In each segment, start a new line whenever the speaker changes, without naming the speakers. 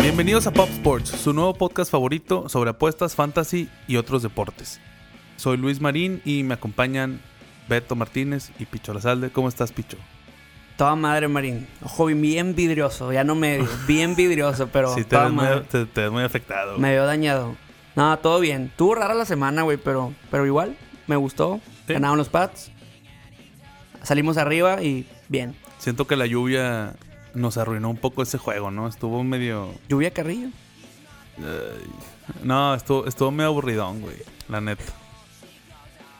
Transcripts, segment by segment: Bienvenidos a Pop Sports, su nuevo podcast favorito sobre apuestas, fantasy y otros deportes. Soy Luis Marín y me acompañan Beto Martínez y Picho Lazalde. ¿Cómo estás, Picho?
Toda madre, Marín. Ojo bien vidrioso, ya no me bien vidrioso, pero
sí, te
toda
ves, muy,
madre.
te- te ves muy afectado.
Me veo dañado. No, todo bien. Tuvo rara la semana, güey, pero, pero igual me gustó.
Sí.
Ganaron los Pats. Salimos arriba y bien.
Siento que la lluvia nos arruinó un poco ese juego, ¿no? Estuvo medio...
Lluvia Carrillo.
No, estuvo, estuvo medio aburridón, güey. La neta.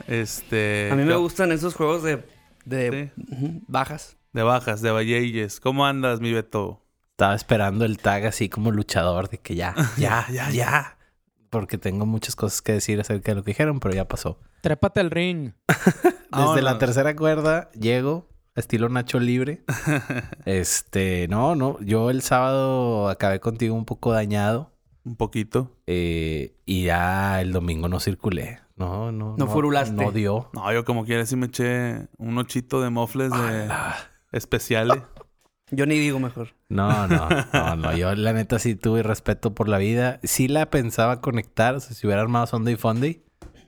Este...
A mí me
creo-
gustan esos juegos de, de
Sí.
ujú, bajas.
De bajas, de Valleyes. ¿Cómo andas, mi Beto?
Estaba esperando el tag así como luchador de que ya, ya, ya, ya. Porque tengo muchas cosas que decir acerca de lo que dijeron, pero ya pasó.
Trépate al ring.
Desde
Vámonos.
la tercera cuerda llego, estilo Nacho Libre. este, no, no. Yo el sábado acabé contigo un poco dañado
Un poquito.
eh, y ya el domingo no circulé. No, no.
No furulaste.
No dio.
No, yo como quiera sí me eché un ochito de mofles de especiales.
Yo ni digo mejor.
No, no, no, no. Yo la neta sí tuve respeto por la vida. Sí la pensaba conectar. O sea, si hubiera armado Sunday Funday.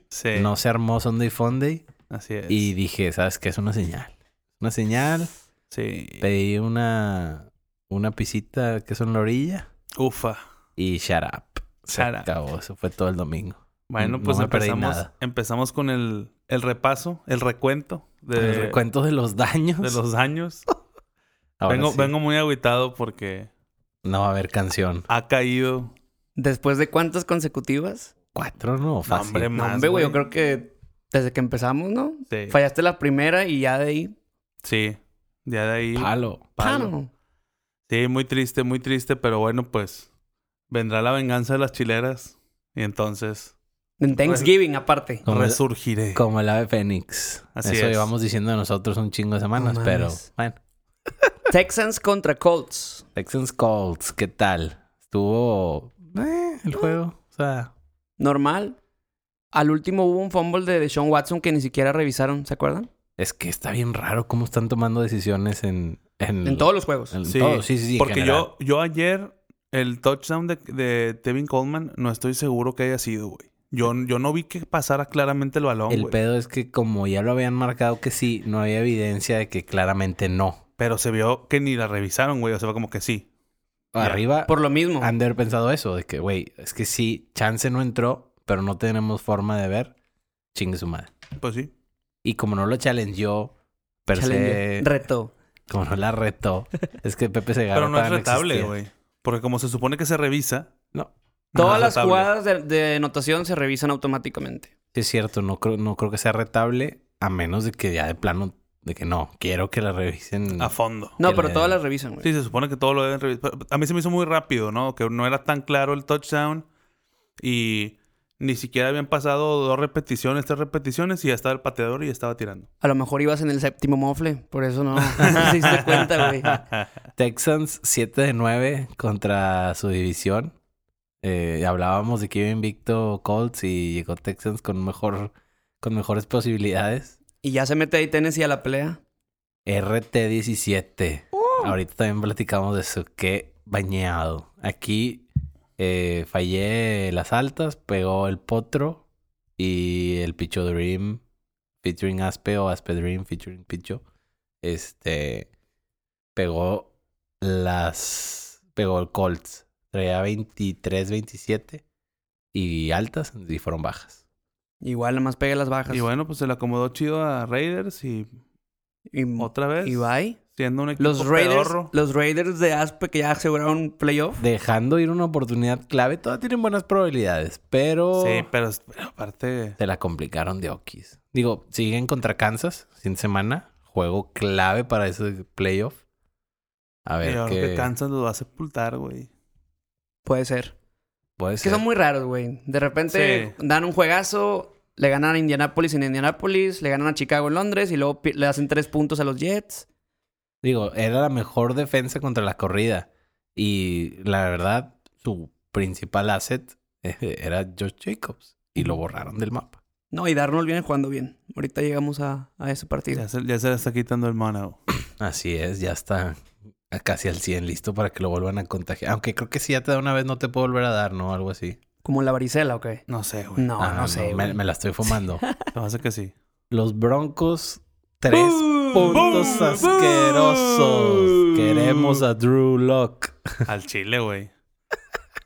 Sí.
No se armó Sunday Funday.
Así es.
Y dije, ¿sabes qué? Es una señal. Una señal.
Sí.
Pedí una, una pisita que son en la orilla.
Ufa.
Y shut up. Se
Shut up.
acabó. Eso fue todo el domingo.
Bueno,
No
pues
me perdí
empezamos,
nada.
empezamos con el, el repaso, el recuento de,
el recuento de los daños.
de los años.
Ahora
Vengo,
sí.
vengo muy agüitado porque
No va a haber canción.
ha caído
¿Después de cuántas consecutivas?
Cuatro, no. Fácil.
hombre,
No,
más.
hombre, güey, yo
güey.
creo que desde que empezamos, ¿no?
Sí.
Fallaste la primera y ya de ahí.
Sí. Ya de ahí.
Palo.
palo.
¡pano!
Sí, muy triste, muy triste, pero bueno, pues vendrá la venganza de las chileras y entonces
En Thanksgiving, aparte.
Como, el,
resurgiré.
como el ave fénix.
Así
Eso
es.
llevamos diciendo nosotros un chingo de semanas.
No
pero
mames.
bueno.
Texans contra Colts.
Texans Colts. ¿Qué tal? Estuvo... eh, el juego. O sea...
Normal. Al último hubo un fumble de Deshaun Watson que ni siquiera revisaron, ¿se acuerdan?
Es que está bien raro cómo están tomando decisiones en... En,
En todos los juegos.
en
Sí,
todo. Sí, sí, sí. en
Porque
general.
yo, yo ayer, el touchdown de, de Tevin Coleman, no estoy seguro que haya sido, güey. Yo, yo no vi que pasara claramente el balón,
El
güey.
pedo es que como ya lo habían marcado que sí, no había evidencia de que claramente no.
Pero se vio que ni la revisaron, güey. O sea, fue como que sí. Ya,
Arriba
Por lo mismo.
han de haber pensado eso, de que, güey, es que sí, Chance no entró, pero no tenemos forma de ver. Chingue su madre.
Pues sí.
Y como no lo challengeó, per se,
Challenge. Reto.
como no la retó, es que Pepe se
Pero no es retable, güey. Porque como se supone que se revisa...
No.
no
Todas
es
las
retable.
jugadas de, de anotación se revisan automáticamente.
Sí, es cierto, no creo, no creo que sea retable, a menos de que ya de plano, de que no, quiero que la revisen.
A fondo.
No,
Que
pero
le-
todas las revisan, güey.
Sí, se supone que todo lo deben revisar. Pero A mí se me hizo muy rápido, ¿no? Que no era tan claro el touchdown. Y ni siquiera habían pasado dos repeticiones, tres repeticiones. Y ya estaba el pateador y ya estaba tirando.
A lo mejor ibas en el séptimo mofle, por eso no, no se diste cuenta, güey.
Texans 7 de 9 contra su división. Eh, hablábamos de que iba invicto Colts y llegó Texans con mejor con mejores posibilidades.
Y ya se mete ahí Tennessee a la pelea.
RT17. Ahorita también platicamos de eso. Qué bañado. Aquí eh, fallé las altas, pegó el potro y el picho Dream featuring Aspe o Aspe Dream featuring Picho. Este pegó las pegó el Colts. Traía 23, 27 y altas y fueron bajas.
Igual, nada más pegué las bajas.
Y bueno, pues se le acomodó chido a Raiders y
Y,
otra vez.
y bye.
Siendo un equipo
Los Raiders,
pedorro.
los Raiders de Aspe que ya aseguraron playoff.
Dejando ir una oportunidad clave, todas tienen buenas probabilidades, pero
Sí, pero, es- pero aparte.
Se la complicaron de Okis. Digo, siguen contra Kansas, sin semana. Juego clave para ese playoff. A ver,
yo creo
qué
que Kansas los va a sepultar, güey.
Puede ser.
puede
Es que
ser.
son muy raros, güey. De repente dan un juegazo, le ganan a Indianapolis en Indianapolis, le ganan a Chicago en Londres y luego pi- le hacen tres puntos a los Jets.
Digo, era la mejor defensa contra la corrida. Y la verdad, su principal asset eh, era Josh Jacobs. Y lo borraron del mapa.
No, y Darnold viene jugando bien. Ahorita llegamos a, a ese partido.
Ya se, ya se le está quitando el mano.
Así es, ya está casi al 100 listo para que lo vuelvan a contagiar. Aunque creo que si ya te da una vez no te puedo volver a dar, ¿no? Algo así.
¿Como la varicela o qué?
No sé, güey.
No,
Ah,
no sé.
me,
güey.
me la estoy fumando.
Lo hace que sí.
Los Broncos, tres
¡Bú!
puntos
¡Bú!
asquerosos.
¡Bú!
Queremos a Drew Lock.
Al chile, güey.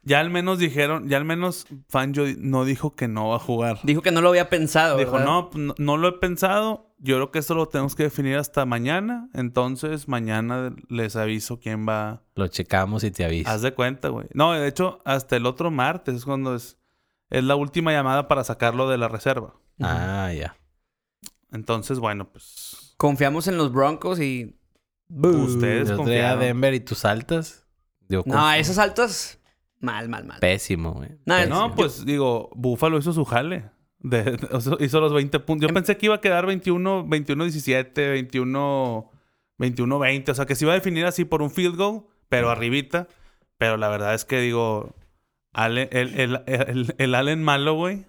Ya al menos dijeron, ya al menos Fangio no dijo que no va a jugar.
Dijo que no lo había pensado.
Dijo,
¿verdad?
no, pues, no, no lo he pensado. Yo creo que esto lo tenemos que definir hasta mañana. Entonces, mañana les aviso quién va.
Lo checamos y te aviso.
Haz de cuenta, güey. No, de hecho, hasta el otro martes es cuando es, es la última llamada para sacarlo de la reserva.
Ah, ya.
Entonces, bueno, pues.
Confiamos en los Broncos y.
Ustedes
Yo traía a
confiaron.
Denver y tus altas. Yo
No,
confío.
esas altas. Mal, mal, mal.
Pésimo, güey.
No,
Pésimo.
No, pues digo, Búfalo hizo su jale. De- o sea, hizo los 20 puntos. Yo pensé que iba a quedar 21, 21, 17, 21, 21, 20. O sea, que se iba a definir así por un field goal, pero arribita. Pero la verdad es que digo, Ale- el, el, el- el Allen malo, güey.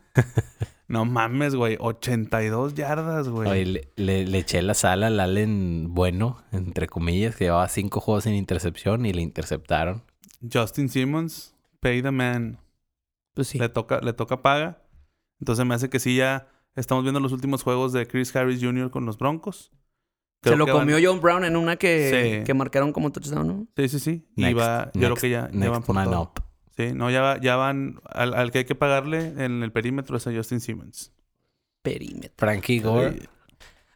No mames, güey. 82 yardas, güey.
Oye, le, le- le eché la sala al Allen bueno, entre comillas, que llevaba cinco juegos sin intercepción y le interceptaron.
Justin Simmons, pay the man.
Pues sí.
Le toca, le toca paga. Entonces me hace que sí ya estamos viendo los últimos juegos de Chris Harris Jr. con los Broncos.
Se
Creo
lo
que van-
comió John Brown en una que,
Sí.
que marcaron como touchdown, ¿no?
Sí, sí, sí. Y
Next,
va- yo creo
next,
que ya, ya
next Ah,
van por
man
todo.
up.
Sí, no, ya, va- ya van al, al que hay que pagarle en el perímetro es a Justin Simmons.
Perímetro.
Frankie Gore,
Sí.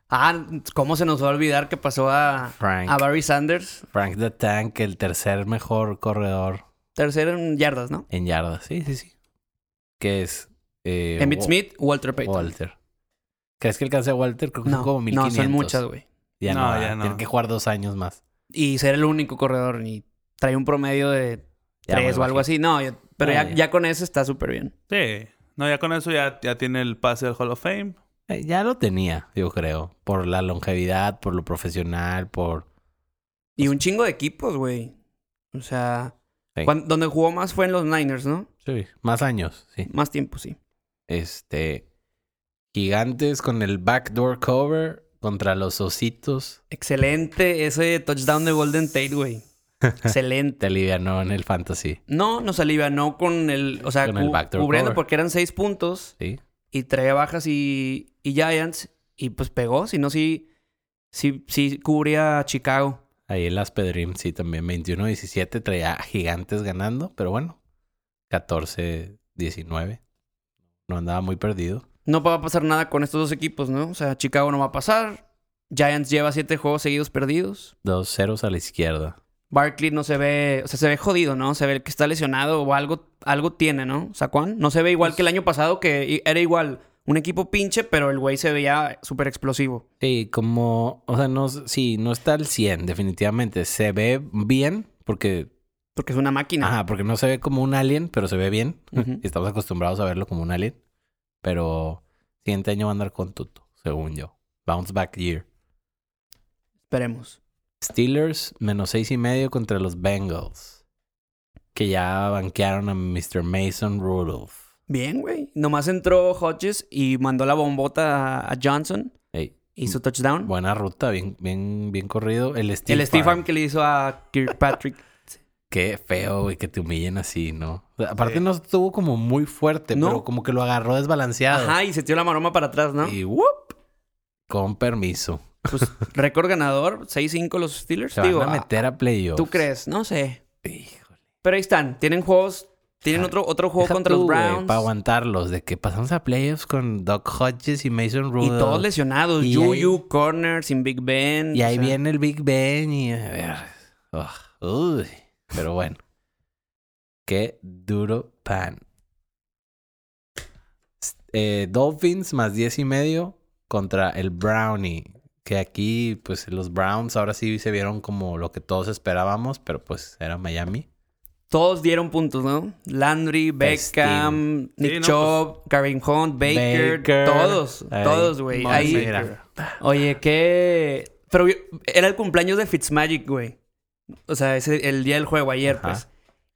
Ah, ¿cómo se nos va a olvidar que pasó a,
Frank,
Ah,
a Barry Sanders?
Frank the Tank, el tercer mejor corredor
Tercero en yardas, ¿no?
en yardas. Sí, sí, sí. Que es eh,
Emmitt
Wa-
Smith, Walter Payton.
Walter. ¿Crees que alcance a Walter? Creo que
No,
son como 1500.
no, son muchas, güey.
Ya no,
No,
va.
ya no.
Tiene que jugar dos años más.
Y ser el único corredor y trae un promedio de
Ya
tres
muy
o algo
bajito.
así. No, yo- pero
Ah,
ya,
ya.
ya con eso está súper bien.
Sí. No, ya con eso ya, ya tiene el pase al Hall of Fame.
Eh, Ya lo tenía, yo creo. Por la longevidad, por lo profesional, por...
Y un chingo de equipos, güey. O sea,
Pues Sí.
cuan- donde jugó más fue en los Niners, ¿no?
Sí, más años, sí.
Más tiempo, sí.
Este. Gigantes con el backdoor cover contra los ositos.
Excelente ese touchdown de Golden Tate, güey. Excelente.
Te alivianó en el fantasy,
No, nos alivianó con el... O sea,
Con el
cu-
backdoor
cubriendo
cover.
porque eran seis puntos
¿sí?
y tres bajas y, y Giants. Y pues pegó. Si no, sí, sí, sí cubría a Chicago.
Ahí el Aspedrim, sí, también 21-17 traía a Gigantes ganando, pero bueno, 14-19. No andaba muy perdido.
No va a pasar nada con estos dos equipos, ¿no? O sea, Chicago no va a pasar. Giants lleva siete juegos seguidos perdidos.
Dos ceros a la izquierda.
Barkley no se ve, o sea, se ve jodido, ¿no? Se ve que está lesionado o algo, algo tiene, ¿no? Saquon no se ve igual que el año pasado, que i- era igual, un equipo pinche, pero el güey se veía súper explosivo.
Sí, como, o sea, no, sí, no está al 100, definitivamente. Se ve bien, porque
Porque es una máquina.
Ajá, porque no se ve como un alien, pero se ve bien.
Ujú.
Estamos acostumbrados a verlo como un alien. Pero siguiente año va a andar con Tuto, según yo. Bounce back year.
Esperemos.
Steelers, menos seis y medio contra los Bengals. Que ya banquearon a Mr. Mason Rudolph.
Bien, güey. Nomás entró Hodges y mandó la bombota a- a Johnson.
Ey,
Hizo touchdown.
buena ruta, bien, bien, bien corrido. El Steel,
el Steve
Farm.
Farm que le hizo a Kirkpatrick.
Qué feo, güey, que te humillen así, ¿no? O sea, aparte no estuvo como muy fuerte,
No.
pero como que lo agarró desbalanceado.
Ajá, y se tiró la maroma para atrás, ¿no?
Y whoop. Con permiso.
Pues récord ganador, 6-5 los Steelers.
Se van
Digo, ah,
a meter a playoffs.
¿Tú crees? No sé.
Híjole.
Pero ahí están. Tienen juegos. Tienen otro, otro juego
Deja
contra
tú,
los
güey,
Browns.
Para aguantarlos. De que pasamos a playoffs con Doc Hodges y Mason
Y
Rudolph.
todos lesionados.
Y
Yuyu, Corner, sin Big Ben.
Y
o
ahí
sea,
viene el Big Ben y... a ver, ugh, uy, pero bueno. Qué duro pan. S- eh, Dolphins más 10 y medio contra el Brownie. Que aquí, pues, los Browns ahora sí se vieron como lo que todos esperábamos, pero pues era Miami.
Todos dieron puntos, ¿no? Landry, Beckham, Nick
Sí, no, pues.
Chubb, Karim Hunt, Baker,
Baker,
todos.
ahí,
todos, güey.
Monte
Ahí.
Baker.
Oye, qué. Pero yo- era el cumpleaños de Fitzmagic, güey. O sea, ese, el día del juego, ayer,
Ajá.
pues.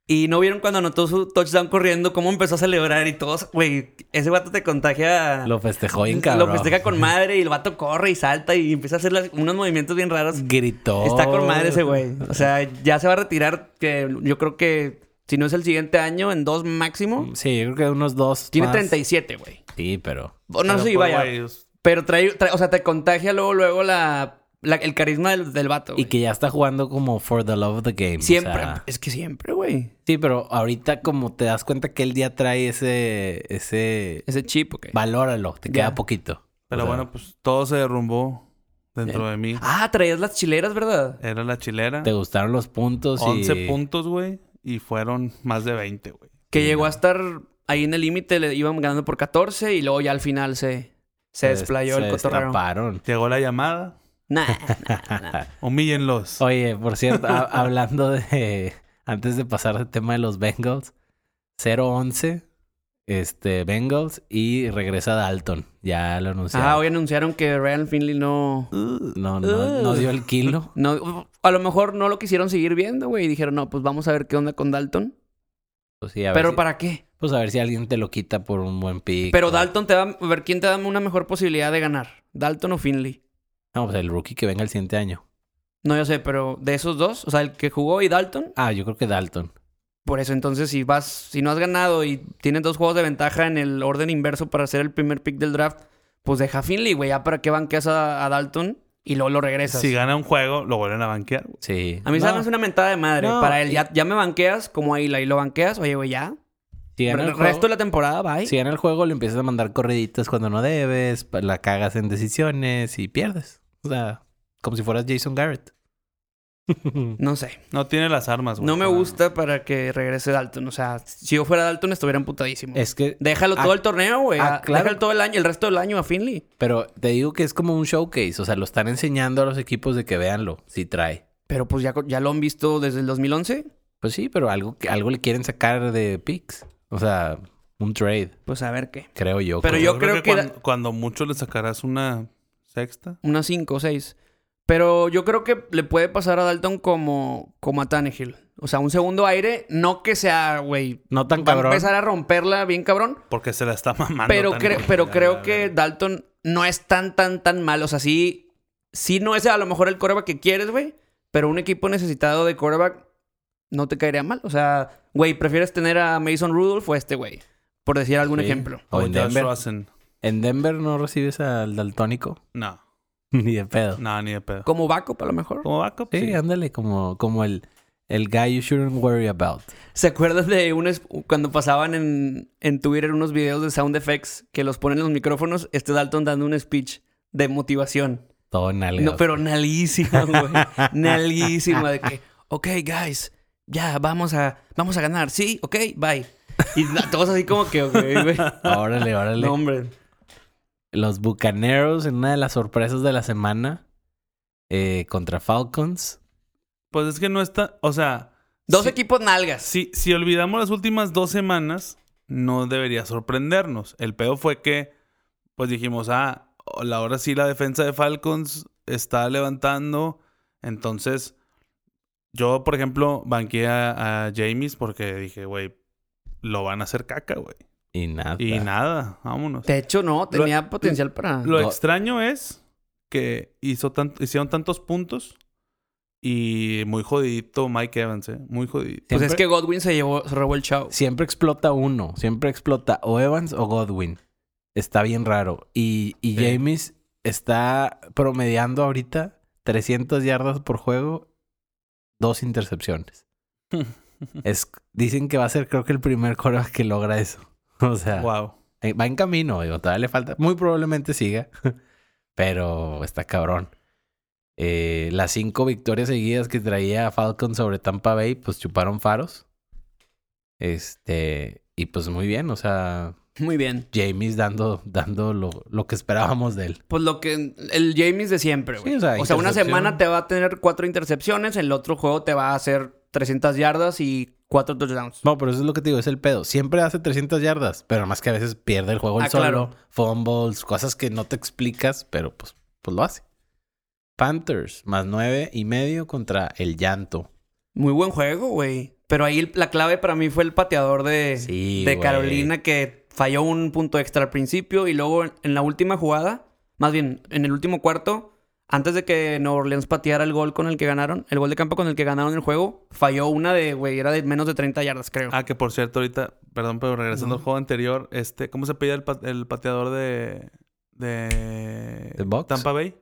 Y no vieron cuando anotó su touchdown corriendo cómo empezó a celebrar y todos, güey, ese vato te contagia.
Lo festejó bien cabrón.
Lo festeja con madre y el vato corre y salta y empieza a hacer las- unos movimientos bien raros.
Gritó.
Está con madre ese güey. O sea, ya se va a retirar, que yo creo que si no es el siguiente año, en dos máximo.
Sí, yo creo que unos dos
Tiene
Mm, más.
37, güey.
Sí, pero...
O No
Pero,
sé si
pues,
vaya.
güey, es-
Pero trae, trae- o sea, te contagia luego, luego la, la- el carisma del, del vato.
Y
güey.
que ya está jugando como for the love of the game. o
siempre.
sea.
Es que siempre, güey.
sí, pero ahorita como te das cuenta que él ya trae ese... ese...
Ese chip, ok.
Valóralo. Te
Ya.
queda poquito.
Pero
O sea,
bueno, pues todo se derrumbó dentro de mí.
Ah, traías las chileras, ¿verdad?
Era la chilera.
Te gustaron los puntos
11
y...
puntos, güey. Y fueron más de 20, güey.
Que llegó a estar ahí en el límite, le iban ganando por 14 y luego ya al final se, se
des-
desplayó
se
el cotorreo.
destaparon.
Llegó la llamada.
Nah, nah, nah.
Humíllenlos.
Oye, por cierto, ha- hablando de... Antes de pasar al tema de los Bengals, 0-11, este, Bengals y regresa Dalton. Ya lo anunciaron.
Ah, hoy anunciaron que Ryan Finley no...
No, no, no dio el kilo.
no a lo mejor no lo quisieron seguir viendo, güey. Y dijeron, no, pues vamos a ver qué onda con Dalton.
Pues sí, a ver
Pero
si-
¿para qué?
Pues a ver si alguien te lo quita por un buen pick.
Pero
o-
Dalton te va... A ver, ¿quién te da una mejor posibilidad de ganar? ¿Dalton o Finley?
No, pues el rookie que venga el siguiente año.
No, yo sé, pero de esos dos, o sea, el que jugó y Dalton,
Ah, yo creo que Dalton.
por eso entonces si vas, si no has ganado y tienes dos juegos de ventaja en el orden inverso para hacer el primer pick del draft, pues deja a Finley, güey, ya para que banqueas a, a Dalton y luego lo regresas.
Si gana un juego, lo vuelven a banquear. güey.
Sí.
a mí
No,
esa no es una mentada de madre.
No,
para él,
y-
ya, ya me banqueas, como ahí la y lo banqueas, oye, güey, ya.
si
El
gana el
resto
juego,
de la temporada, bye.
si gana el juego, le empiezas a mandar corriditas cuando no debes, pa- la cagas en decisiones y pierdes. O sea, como si fueras Jason Garrett.
No sé.
No tiene las armas, güey.
No me
para-
gusta para que regrese Dalton. O sea, si yo fuera Dalton, estuviera emputadísimo.
es que,
Déjalo
Ah,
todo el torneo, güey.
ah, claro.
Déjalo todo el año, el resto del año a Finley.
pero te digo que es como un showcase. O sea, lo están enseñando a los equipos de que véanlo, si trae.
Pero pues ya, ya lo han visto desde el 2011.
Pues sí, pero algo, que- algo le quieren sacar de picks. O sea, un trade,
Pues a ver qué.
creo yo.
Pero
como-
yo creo que
cuando, cuando mucho le sacarás una sexta.
Unas 5 o 6. Pero yo creo que le puede pasar a Dalton como, como a Tannehill. O sea, un segundo aire, no que sea, güey.
No tan
Va a
cabrón.
empezar a romperla bien cabrón.
Porque se la está mamando.
pero
tan-
cre- pero
Ah, Ya,
creo
ya,
que
ya.
Dalton no es tan, tan, tan malo. O sea, sí, sí no es a lo mejor el coreback que quieres, güey. Pero un equipo necesitado de coreback no te caería mal. O sea, güey, prefieres tener a Mason Rudolph o a este güey. Por decir algún
Sí.
ejemplo.
O
O
en
Josh
Denver.
Rosen.
En Denver no recibes al daltónico.
No.
Ni de pedo.
No, ni de pedo.
Como backup, a lo mejor.
¿Cómo backup?
Sí, ándale, como, como el, el guy you shouldn't worry about.
¿Se acuerdas de unos cuando pasaban en, en Twitter unos videos de sound effects que los ponen en los micrófonos? Este Dalton dando un speech de motivación.
Todo en algo.
No,
pues.
pero nalísima, güey. nalísima de que, ok, guys, ya vamos a, vamos a ganar. Sí, ok, bye. Y na- todos así como que, ok, güey.
Órale, órale.
No, hombre.
Los Bucaneros en una de las sorpresas de la semana eh, contra Falcons.
Pues es que no está. O sea.
Dos
sí-
equipos nalgas.
Si, si olvidamos las últimas dos semanas, no debería sorprendernos. El pedo fue que, pues dijimos, ah, la- ahora sí la defensa de Falcons está levantando. Entonces, yo, por ejemplo, banqué a, a James porque dije, güey, lo van a hacer caca, güey.
Y nada.
Y nada, vámonos.
De hecho, no, tenía potencial para... Pues
Lo
No.
extraño es que hizo tan- hicieron tantos puntos y muy jodidito Mike Evans, ¿eh? Muy jodidito.
pues es
siempre-
que Godwin se llevó, se robó el show.
Siempre explota uno. Siempre explota o Evans o Godwin. Está bien raro. Y, y
Sí.
James está promediando ahorita 300 yardas por juego, dos intercepciones. Es, dicen que va a ser, creo que, el primer coreback que logra eso. O sea,
Wow.
eh, va en camino, digo, todavía le falta. Muy probablemente siga, pero está cabrón. Eh, las cinco victorias seguidas que traía Falcon sobre Tampa Bay, pues chuparon faros. Este, y pues muy bien, o sea,
Muy bien.
James dando, dando lo, lo que esperábamos de él.
Pues lo que... El James de siempre, güey.
Sí,
o
o
sea,
sea,
una
intercepción.
semana te va a tener cuatro intercepciones, el otro juego te va a hacer 300 yardas y cuatro touchdowns.
No, pero eso es lo que te digo, es el pedo. Siempre hace 300 yardas, pero más que a veces pierde el juego el
Ah,
solo.
claro.
Fumbles, cosas que no te explicas, pero pues, pues lo hace. Panthers, más nueve y medio contra el llanto.
Muy buen juego, güey. Pero ahí el- la clave para mí fue el pateador de,
Sí,
de
güey.
Carolina que falló un punto extra al principio y luego en, en la última jugada, más bien en el último cuarto, antes de que Nueva Orleans pateara el gol con el que ganaron, el gol de campo con el que ganaron el juego, falló una de, güey, era de menos de 30 yardas, creo.
Ah, que por cierto, ahorita, perdón, pero regresando al juego anterior, este, ¿cómo se pedía el, pa- el pateador de, de
¿De box?
Tampa Bay?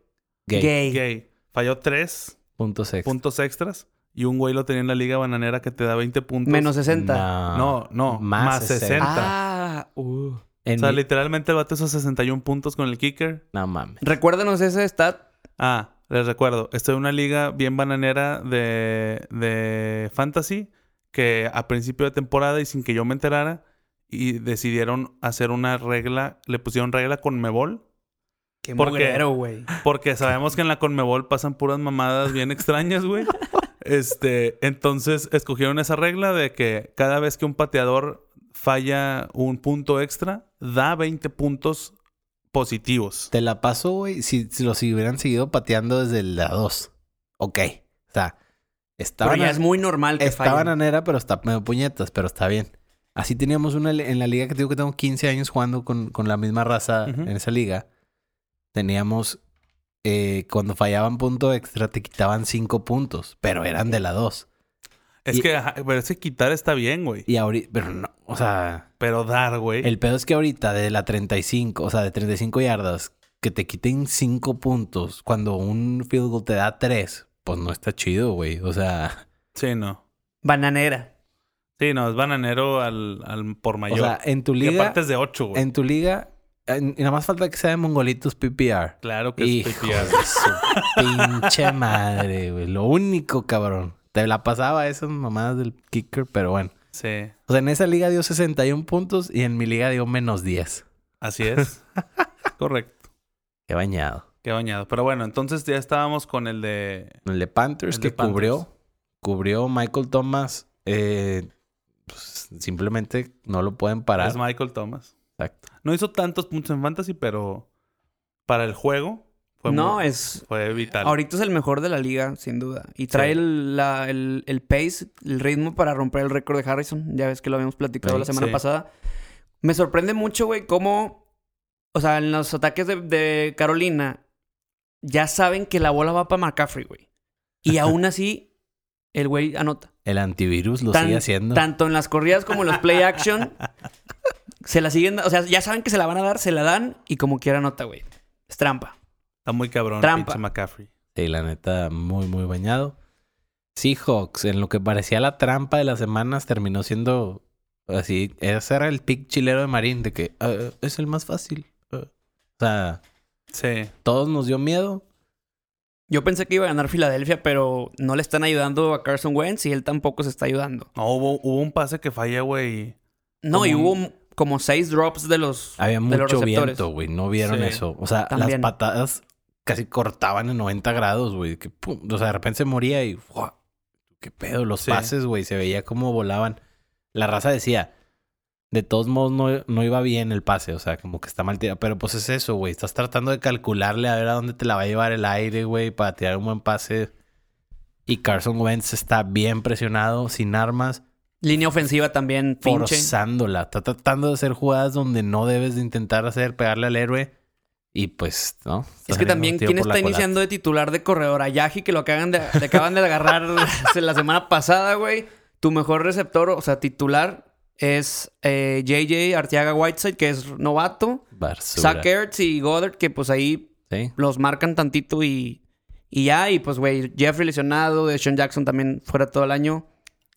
Gay.
Gay. Falló tres
Puntos extra.
puntos extras y un güey lo tenía en la liga bananera que te da 20 puntos.
Menos 60.
No, no,
Más
más
60.
60.
Ah, uh.
O
En
sea,
mi-
literalmente el vato hizo 61 puntos con el kicker.
No mames.
Recuérdanos ese stat.
Ah, les recuerdo, estoy en una liga bien bananera de, de fantasy que a principio de temporada y sin que yo me enterara y decidieron hacer una regla, le pusieron regla con Mebol
Qué
¿Por qué?
mugrero, güey.
Porque sabemos que en la Conmebol pasan puras mamadas bien extrañas, güey. Este, entonces escogieron esa regla de que cada vez que un pateador falla un punto extra, da 20 puntos positivos.
Te la paso, güey. Si, si los hubieran seguido pateando desde la 2. Ok. O sea,
Pero
estaban,
ya es muy normal que
estaba
fallen.
bananera, pero está medio puñetas, pero está bien. Así teníamos una li- en la liga que te digo que tengo 15 años jugando con, con la misma raza
Ujú.
en esa liga. Teníamos eh, cuando fallaban punto extra te quitaban 5 puntos, pero eran de la 2.
Es
Y-
que, ajá, pero es que quitar está bien, güey.
Y ahorita, pero no, o sea,
Pero dar, güey.
El pedo es que ahorita de la 35, o sea, de 35 yardas, que te quiten 5 puntos cuando un field goal te da 3, pues no está chido, güey. O sea,
Sí, no.
Bananera.
Sí, no, es bananero al, al por
o
mayor.
sea, en tu
y
liga,
aparte es de 8, güey.
en tu liga, en- y nada más falta que sea de mongolitos PPR.
Claro que es
Hijo
pipiar.
de su pinche madre, güey. Lo único, cabrón. Te la pasaba esas mamadas del kicker, pero bueno.
Sí,
O sea, en esa liga dio 61 puntos y en mi liga dio menos 10.
así es. Correcto.
Qué bañado.
Qué bañado. Pero bueno, entonces ya estábamos con el de
El de Panthers
El
que
de Panthers.
cubrió. Cubrió Michael Thomas. eh, pues, simplemente no lo pueden parar.
Es Michael Thomas.
Exacto.
No hizo tantos puntos en fantasy, pero para el juego fue
no,
muy-
es...
fue vital.
Ahorita es el mejor de la liga, sin duda. Y trae
Sí.
el, la- el- el pace, el ritmo para romper el récord de Harrison. Ya ves que lo habíamos platicado
Sí,
la semana
sí.
pasada. Me sorprende mucho, güey, cómo... O sea, en los ataques de, de Carolina, ya saben que la bola va para McCaffrey, güey. Y aún así, el güey anota.
El antivirus lo
Tan-
sigue haciendo.
Tanto en las corridas como en los play action. se la siguen... O sea, ya saben que se la van a dar, se la dan. Y como quiera anota, güey. Es trampa.
Está muy cabrón,
Trampa.
pinche McCaffrey.
Sí, la neta, muy, muy bañado. Seahawks, en lo que parecía la trampa de las semanas, terminó siendo así. Ese era el pick chilero de Marín, de que "Ah, es el más fácil. ah". O sea,
Sí.
todos nos dio miedo.
Yo pensé que iba a ganar Filadelfia, pero no le están ayudando a Carson Wentz y él tampoco se está ayudando.
No, hubo, hubo un pase que falla, güey.
No, y
Como
hubo como seis drops de los...
Había
de los
mucho
receptores.
viento, güey. No vieron
Sí.
eso. O sea,
También.
las patadas casi cortaban en 90 grados, güey. que pum, O sea, de repente se moría y... ¡fua! ¿Qué pedo? Los
Sí.
pases, güey. Se veía cómo volaban. La raza decía... De todos modos, no, no iba bien el pase. O sea, como que está mal tirado. Pero pues es eso, güey. Estás tratando de calcularle a ver a dónde te la va a llevar el aire, güey. Para tirar un buen pase. Y Carson Wentz está bien presionado, sin armas
Línea ofensiva también, pinche.
forzándola. Está tratando de hacer jugadas donde no debes de intentar hacer, pegarle al héroe. Y pues, ¿no?
Es que también, ¿quién está iniciando de titular de corredor? A Yaji, que lo acaban de, le acaban de agarrar la semana pasada, güey. Tu mejor receptor, o sea, titular, es eh, JJ Arteaga Whiteside, que es novato. Zach Ertz y Goddard, que pues ahí
Sí.
los marcan tantito y, y ya, y pues, güey, Jeffrey lesionado, de Sean Jackson también fuera todo el año.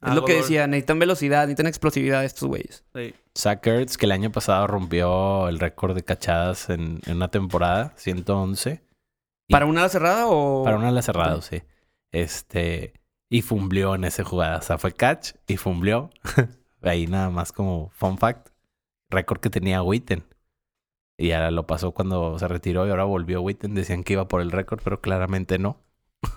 Es
Ah,
lo que
dolor.
decía, necesitan velocidad, necesitan explosividad estos güeyes.
Sí.
Zach Ertz, que el año pasado rompió el récord de cachadas en, en una temporada, 111. Y-
¿Para una ala cerrada o...?
Para una ala cerrado, sí. Este... Y fumblió en esa jugada. O sea, fue catch y fumblió. Ahí nada más como fun fact. Récord que tenía Witten. Y ahora lo pasó cuando se retiró y ahora volvió Witten. Decían que iba por el récord, pero claramente no.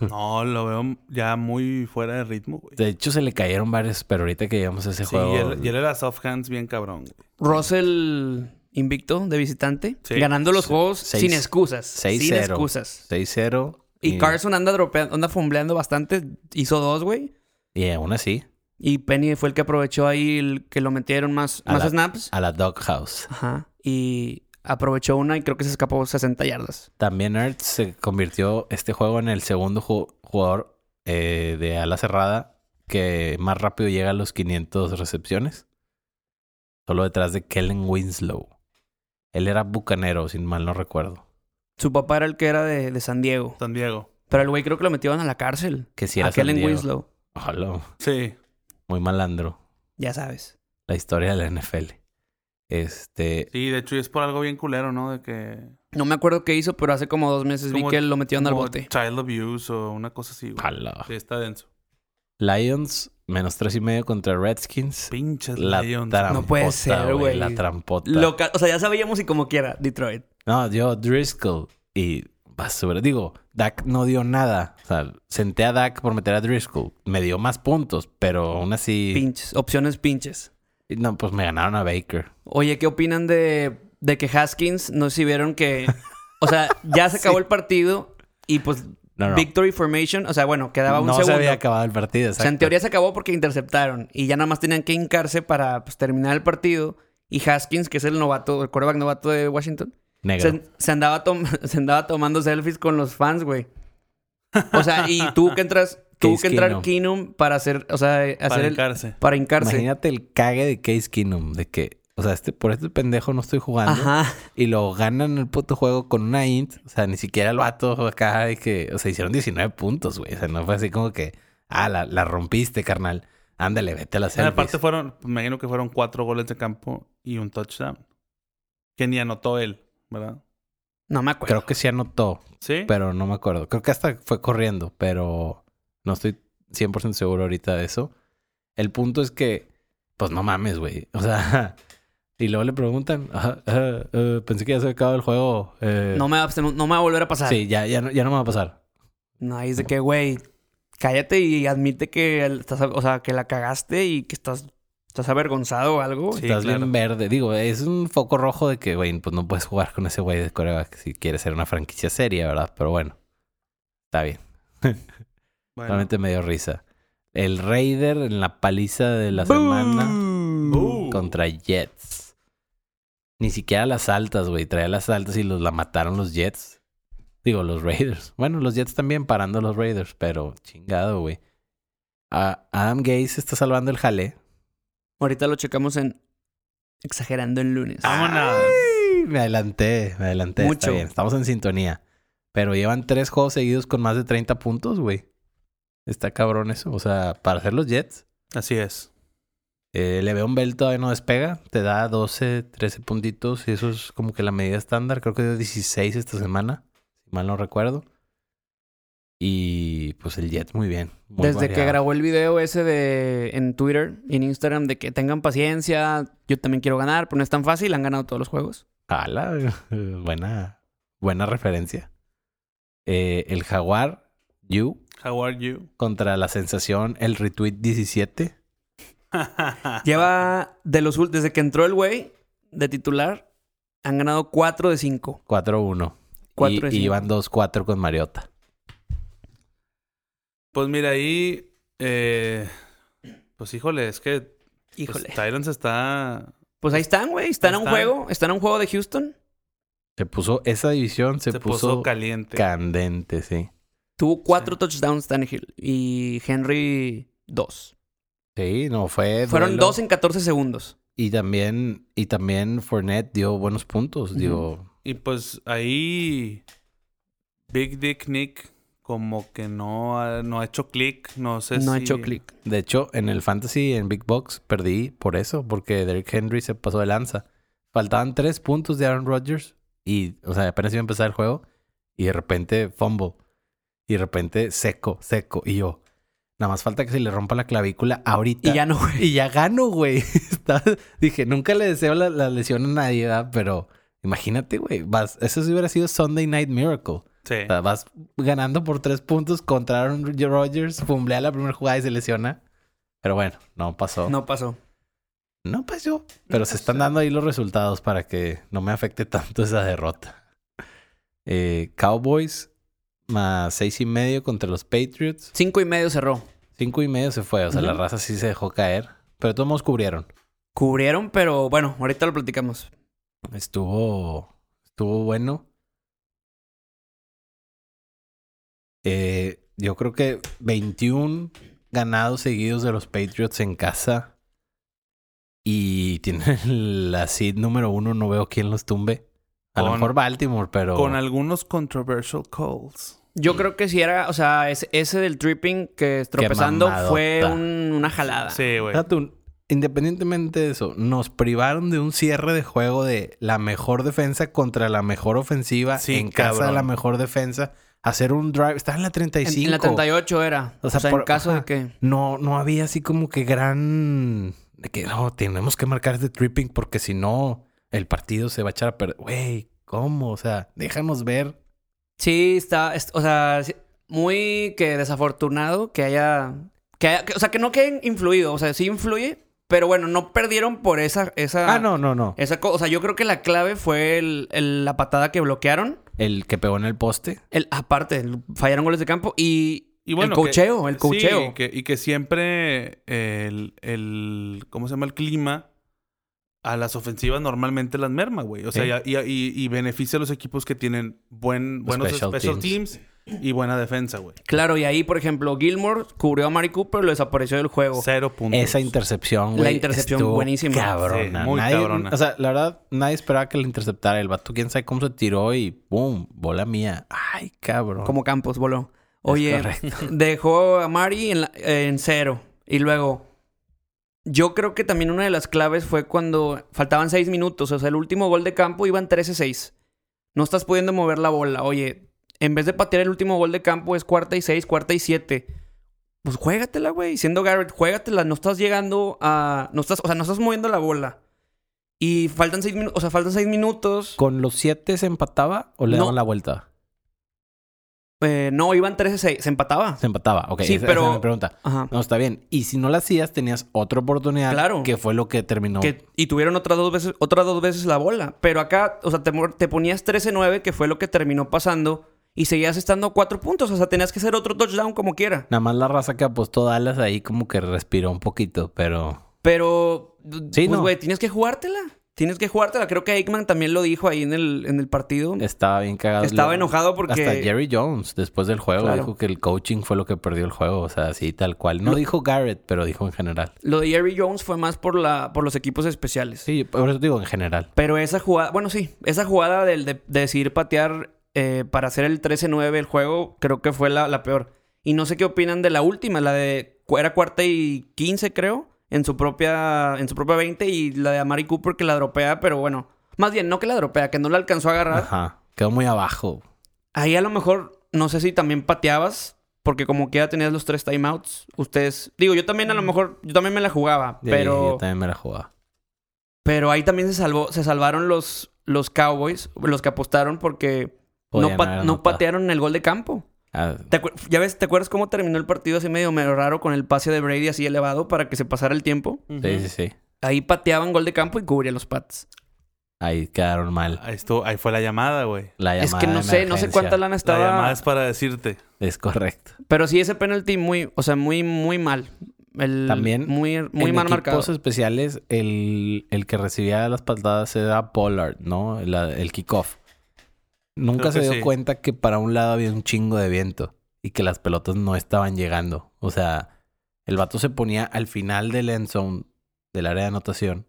No, lo veo ya muy fuera de ritmo, güey.
De hecho, se le cayeron varios, pero ahorita que llegamos a ese
Sí,
juego...
y él, y él era soft hands bien cabrón, güey.
Russell invicto de visitante,
Sí.
ganando los
Se-
juegos
seis-
sin excusas. Sin
6-0.
excusas.
6-0.
Y Carson anda dropeando, anda fumbleando bastante, hizo dos, güey.
Y aún así.
Y Penny fue el que aprovechó ahí el que lo metieron más,
A
más
la-
snaps.
A la Doghouse.
Ajá. Y aprovechó una y creo que se escapó 60 yardas.
También Ertz se convirtió este juego en el segundo ju- jugador eh, de ala cerrada que más rápido llega a los 500 recepciones. Solo detrás de Kellen Winslow. Él era bucanero, sin mal no recuerdo.
Su papá era el que era de, de San Diego.
San Diego.
Pero el güey creo que lo metieron a la cárcel.
Que si era
a Ah, Kellen
San Diego.
Winslow.
Ojalá.
Sí.
Muy malandro.
Ya sabes.
La historia de la NFL. Este.
Sí, de hecho, y es por algo bien culero, ¿no? De que.
No me acuerdo qué hizo, pero hace como dos meses vi
Como-
que lo metieron al
como
bote.
Child abuse o una cosa así, güey.
ojalá.
Sí, está denso.
Lions, menos tres y medio contra Redskins.
Pinches
La
Lions.
trampota,
No puede ser, güey.
La trampota.
Loca- o sea, ya sabíamos y como quiera, Detroit.
No, dio Driscoll y basura. Digo, Dak no dio nada. O sea, senté a Dak por meter a Driscoll. Me dio más puntos, pero aún así.
Pinches, opciones pinches.
No, pues me ganaron a Baker.
Oye, ¿qué opinan de, de que Haskins? No sé si vieron que. O sea, ya se acabó el partido y pues
No, no.
Victory Formation. O sea, bueno, quedaba un
no se
segundo.
había acabado el partido.
o sea, en
exacto.
teoría se acabó porque interceptaron y ya nada más tenían que hincarse para pues, terminar el partido. Y Haskins, que es el novato, el quarterback novato de Washington,
Negro.
se, se andaba tom- se andaba tomando selfies con los fans, güey. O sea, y tuvo que entrar, tuvo
Case
que entrar
Keenum.
Keenum para hacer, o sea, hacer
Para
el,
hincarse.
para hincarse.
Imagínate el cague de Case Keenum. De que, o sea, este, por este pendejo no estoy jugando.
Ajá.
Y lo ganan el puto juego con una int. O sea, ni siquiera el vato acá de que... O sea, hicieron 19 puntos, güey. O sea, no fue así como que... Ah, la, la rompiste, carnal. Ándale, vete a la
Ah,
selfies.
Aparte fueron, me imagino que fueron cuatro goles de campo y un touchdown. Que ni anotó él, ¿verdad?
No me acuerdo.
Creo que sí anotó,
Sí.
pero no me acuerdo. Creo que hasta fue corriendo, pero no estoy 100% seguro ahorita de eso. El punto es que... Pues no mames, güey. O sea... Y luego le preguntan... "Ah, ah, eh, pensé que ya se había acabado el juego. eh,
No me, va, se- no me va a volver a pasar.
Sí, ya, ya, no, ya no me va a pasar.
No, ahí es de que, güey, cállate y admite que el- estás, o sea, que la cagaste y que estás, estás avergonzado o algo.
Sí.
Estás
claro.
bien verde. Digo, es un foco rojo de que, güey, pues no puedes jugar con ese güey de coreback si quieres ser una franquicia seria, ¿verdad? Pero bueno, está bien.
Bueno.
Realmente me dio risa. El Raider en la paliza de la semana
Boo.
contra Jets. Ni siquiera las altas, güey. Traía las altas y los, la mataron los Jets. Digo, los Raiders. Bueno, los Jets también parando a los Raiders, pero chingado, güey. A- Adam Gaze está salvando el jalé.
Ahorita lo checamos en Exagerando el lunes.
Vámonos.
Ay, me adelanté, me adelanté. Mucho.
Mucho.
estamos en sintonía. Pero llevan tres juegos seguidos con más de 30 puntos, güey. Está cabrón eso. O sea, para hacer los Jets,
Así es.
eh, Le'Veon Bell todavía no despega. Te da 12, 13 puntitos. Y eso es como que la medida estándar. Creo que dio 16 esta semana, si mal no recuerdo. Y pues el Jet muy bien. muy
Desde que
variado.
grabó el video ese de en Twitter y en Instagram de que tengan paciencia, yo también quiero ganar, pero no es tan fácil, han ganado todos los juegos.
Ala, buena, buena referencia. Eh, el Jaguar, You,
How are you?
contra la sensación el retweet 17.
Lleva de los ul- desde que entró el güey de titular, han ganado 4 de 5.
4-1.
Cuatro de
Y, y
cinco.
iban 2-4 con Mariota.
Pues mira, ahí. eh, pues híjole, es que. pues,
Híjole.
Tyrants está.
Pues ahí están, güey. Están a un
Están.
juego. Están a un juego de Houston.
Se puso, esa división se,
Se, puso,
puso,
caliente.
candente, sí.
Tuvo cuatro touchdowns Tannehill y Henry dos.
Sí, no fue.
Fueron
duelo.
dos en 14 segundos.
Y también, y también Fournette dio buenos puntos.
Ujú.
Dio.
Y pues ahí. Big Dick Nick, como que no ha, no ha hecho clic. No sé si.
no ha hecho clic.
De hecho, en el Fantasy, en Big Box, perdí por eso, porque Derrick Henry se pasó de lanza. Faltaban tres puntos de Aaron Rodgers. Y, o sea, apenas iba a empezar el juego. Y de repente, fumble. Y de repente, seco, seco. Y yo, nada más falta que se le rompa la clavícula ahorita.
Y ya no, güey.
Y ya gano, güey. Estaba- Dije, nunca le deseo la, la lesión a nadie, ¿verdad? pero imagínate, güey. Vas, eso sí hubiera sido Sunday Night Miracle.
Sí.
O sea, vas ganando por tres puntos contra Aaron Rodgers, fumblea la primera jugada y se lesiona. Pero bueno, no pasó. No,
No pasó.
pasó. Pero se están dando ahí los resultados para que no me afecte tanto esa derrota. Eh, Cowboys más seis y medio contra los Patriots.
Cinco y medio cerró.
Cinco y medio se fue, o sea, la
Ujú.
raza sí se dejó caer. Pero todos modos cubrieron.
Cubrieron, pero bueno, ahorita lo platicamos.
Estuvo. Estuvo bueno. Eh, yo creo que 21 ganados seguidos de los Patriots en casa. Y tienen la seed número uno. No veo quién los tumbe. A lo
Con-
mejor Baltimore, pero.
Con algunos controversial calls.
Yo creo que si era, o sea, ese, ese del tripping que tropezando
mamadota.
fue un- una jalada.
Sí, güey.
Deja tú, independientemente de eso, nos privaron de un cierre de juego de la mejor defensa contra la mejor ofensiva
Sí,
en casa de
cabrón.
la mejor defensa. Hacer un drive. Estaba en la
En,
35.
en la 38 era. O
O
sea,
sea,
en
por-
caso de
ajá.
que.
No, no había así como que gran... De que no, tenemos que marcar este tripping porque si no, el partido se va a echar a perder. Güey, ¿cómo? O sea, déjanos ver.
Sí, está, es- o sea, sí, muy que desafortunado que haya, que haya- que- o sea, que no queden influido, o sea, sí influye, pero bueno, no perdieron por esa, esa,
Ah, no, no, no.
esa, co- o sea, yo creo que la clave fue el- el- la patada que bloquearon,
El que pegó en el poste.
el, aparte, fallaron goles de campo y,
Y bueno, que-
el cocheo, el
sí,
cocheo.
y, que, y que siempre el, el- ¿Cómo se llama? El clima a las ofensivas normalmente las merma, güey. O sea,
Eh.
y, y- y beneficia a los equipos que tienen buen, buenos
Special
special, teams. y buena defensa, güey.
Claro, y ahí, por ejemplo, Gilmore cubrió a Mari Cooper, lo desapareció del juego.
Cero puntos.
Esa intercepción,
La
güey.
intercepción
estuvo
buenísima.
Cabrona.
Sí, muy
Nadie-
cabrona.
O sea, la verdad, nadie esperaba que le interceptara. El vato, quién sabe cómo se tiró y ¡pum! Bola mía. Ay, cabrón.
Como Campos voló. Oye,
correcto.
dejó a Mari en, la- en cero. Y luego, yo creo que también una de las claves fue cuando faltaban seis minutos. O sea, el último gol de campo iban 13-6. No estás pudiendo mover la bola. Oye, en vez de patear el último gol de campo es cuarta y seis, cuarta y siete. Pues juégatela, güey. Siendo Garrett, juégatela. No estás llegando a... No estás, o sea, no estás moviendo la bola. Y faltan seis minutos. O sea, faltan seis minutos.
¿Con los siete se empataba o le
No.
daban la vuelta?
Eh, no, iban 13-6. Se empataba.
Se empataba. Ok,
Sí,
esa,
pero-
esa era mi pregunta.
Ajá.
No, está bien. Y si no la hacías, tenías otra oportunidad.
Claro.
Que fue lo que terminó.
Que- y tuvieron otras dos veces, otras dos veces la bola. Pero acá, o sea, te, mor- te ponías 13-9, que fue lo que terminó pasando, y seguías estando a cuatro puntos. O sea, tenías que hacer otro touchdown como quiera.
Nada más la raza que apostó Dallas ahí como que respiró un poquito, pero...
Pero,
Sí,
pues,
no.
güey, tienes que jugártela. Tienes que jugártela. Creo que Aikman también lo dijo ahí en el, en el partido.
Estaba bien cagado.
Estaba
Lo-
enojado porque...
Hasta Jerry Jones, después del juego,
Claro.
dijo que el coaching fue lo que perdió el juego. O sea, así tal cual. No
Lo-
dijo Garrett, pero dijo en general.
Lo de Jerry Jones fue más por, la, por los equipos especiales.
Sí, por eso digo en general.
Pero esa jugada, bueno, sí, esa jugada del de, de decidir patear eh, para hacer el 13-9 el juego, creo que fue la, la peor. Y no sé qué opinan de la última, la de cu- era cuarta y 15, creo, en su propia en su propia 20 y la de Amari Cooper que la dropea, pero bueno, más bien no que la dropea, que no la alcanzó a agarrar.
Ajá. Quedó muy abajo.
Ahí a lo mejor no sé si también pateabas porque como quiera tenías los tres timeouts, ustedes, digo, yo también a lo mejor yo también me la jugaba,
Y ahí
pero
Mm. Yo también me la jugaba.
pero ahí también se salvó, se salvaron los, los Cowboys, los que apostaron porque no,
Podían
pa-
haber
no
anotado.
patearon el gol de campo.
Ah,
¿Te acuer- ya ves, ¿te acuerdas cómo terminó el partido así medio, medio raro con el pase de Brady así elevado para que se pasara el tiempo?
Ujú.
Sí, sí, sí.
Ahí pateaban gol de campo y cubría los Pats.
Ahí quedaron mal.
Ahí, estuvo- Ah, ahí fue la llamada, güey.
La llamada
Es que no
de
sé, no sé
emergencia.
cuánta lana
La llamada
estaba.
es para decirte.
Es correcto.
Pero sí, ese penalti muy, o sea, muy, muy mal. El-
También
Muy, muy
en
mal marcado.
equipos especiales, el, el que recibía las patadas era Pollard, ¿no? La- el kickoff. Nunca
Creo
se
que
dio
sí.
cuenta que para un lado había un chingo de viento y que las pelotas no estaban llegando. O sea, el vato se ponía al final del end zone, del área de anotación,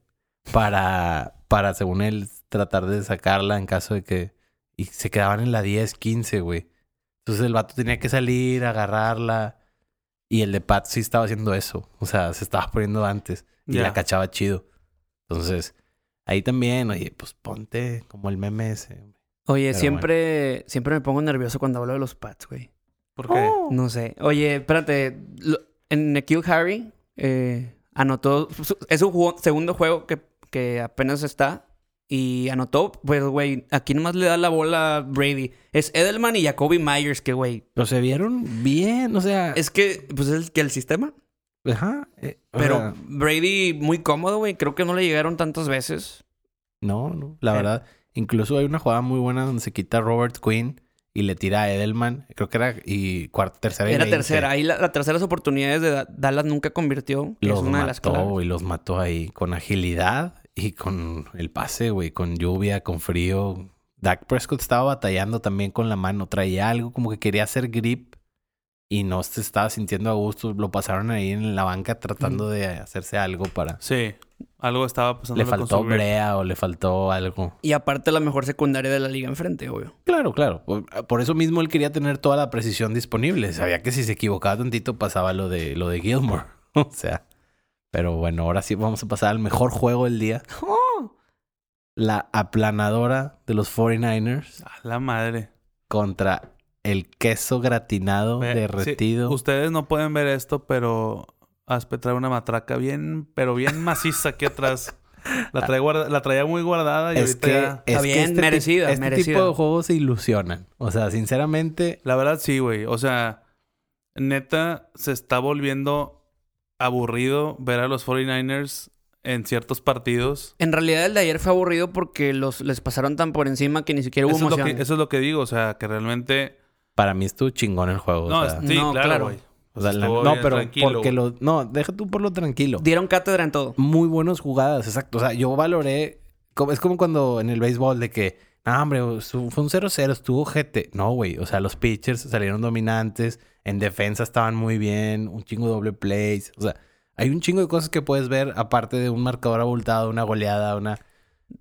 para, para según él, tratar de sacarla en caso de que... Y se quedaban en la 10, 15, güey. Entonces el vato tenía que salir, agarrarla. Y el de Pat sí estaba haciendo eso. O sea, se estaba poniendo antes. Y
Ya.
la cachaba chido. Entonces, ahí también, oye, pues ponte como el meme ese.
Oye,
Pero
siempre, siempre me pongo nervioso cuando hablo de los Pats, güey.
¿Por qué?
No sé. Oye, espérate. lo- en Nikhil Harry eh, anotó. su- Es su jugo- segundo juego que, que apenas está. Y anotó. Pues, güey, aquí nomás le da la bola a Brady. Es Edelman y Jacoby Myers, que, güey.
Pero se vieron bien, o sea.
Es que, pues, es el, que el sistema.
Ajá. eh, o
Pero
sea,
Brady muy cómodo, güey. Creo que no le llegaron tantas veces.
no, no, la
Eh.
verdad. Incluso hay una jugada muy buena donde se quita Robert Quinn y le tira a Edelman. Creo que era y cuarta, tercera y
Era
20.
tercera. Ahí la, la terceras oportunidades de Da- Dallas nunca convirtió. que
Los
es una de las claves.
mató y los mató ahí con agilidad y con el pase, güey, con lluvia, con frío. Dak Prescott estaba batallando también con la mano, traía algo como que quería hacer grip y no se estaba sintiendo a gusto. Lo pasaron ahí en la banca tratando de hacerse algo para.
Sí. Algo estaba pasando
Le faltó brea o le faltó algo.
Y aparte la mejor secundaria de la liga enfrente, obvio.
Claro, claro. Por, por eso mismo él quería tener toda la precisión disponible. Sabía que si se equivocaba tantito pasaba lo de, lo de Gilmore. O sea, pero bueno, ahora sí vamos a pasar al mejor juego del día. La aplanadora de los 49ers
A la madre.
contra el queso gratinado
Ve-
derretido.
sí, ustedes no pueden ver esto, pero Aspe trae una matraca bien, pero bien maciza aquí atrás. La, trae guarda- la traía muy guardada y
es
ahorita
que,
ya-
es
Está
que
bien,
este, ti-
merecida,
este
merecida.
tipo de juegos se ilusionan. O sea, sinceramente,
La verdad sí, güey. O sea, neta, se está volviendo aburrido ver a los 49ers en ciertos partidos.
En realidad el de ayer fue aburrido porque los, les pasaron tan por encima que ni siquiera hubo
Eso es, lo que,
emoción.
eso es lo que digo, o sea, que realmente...
para mí estuvo chingón el juego. o
no,
sea,
es- sí,
No, claro.
claro, güey.
o sea, la-
estuvo
no
bien
pero
tranquilo,
porque
güey.
lo... No, deja tú por lo tranquilo.
Dieron cátedra en todo.
muy buenas jugadas, exacto. O sea, yo valoré. como- Es como cuando en el béisbol de que, ah, hombre, su- fue un 0-0, estuvo gente. No, güey. O sea, los pitchers salieron dominantes, en defensa estaban muy bien, un chingo de doble plays. O sea, hay un chingo de cosas que puedes ver aparte de un marcador abultado, una goleada, una.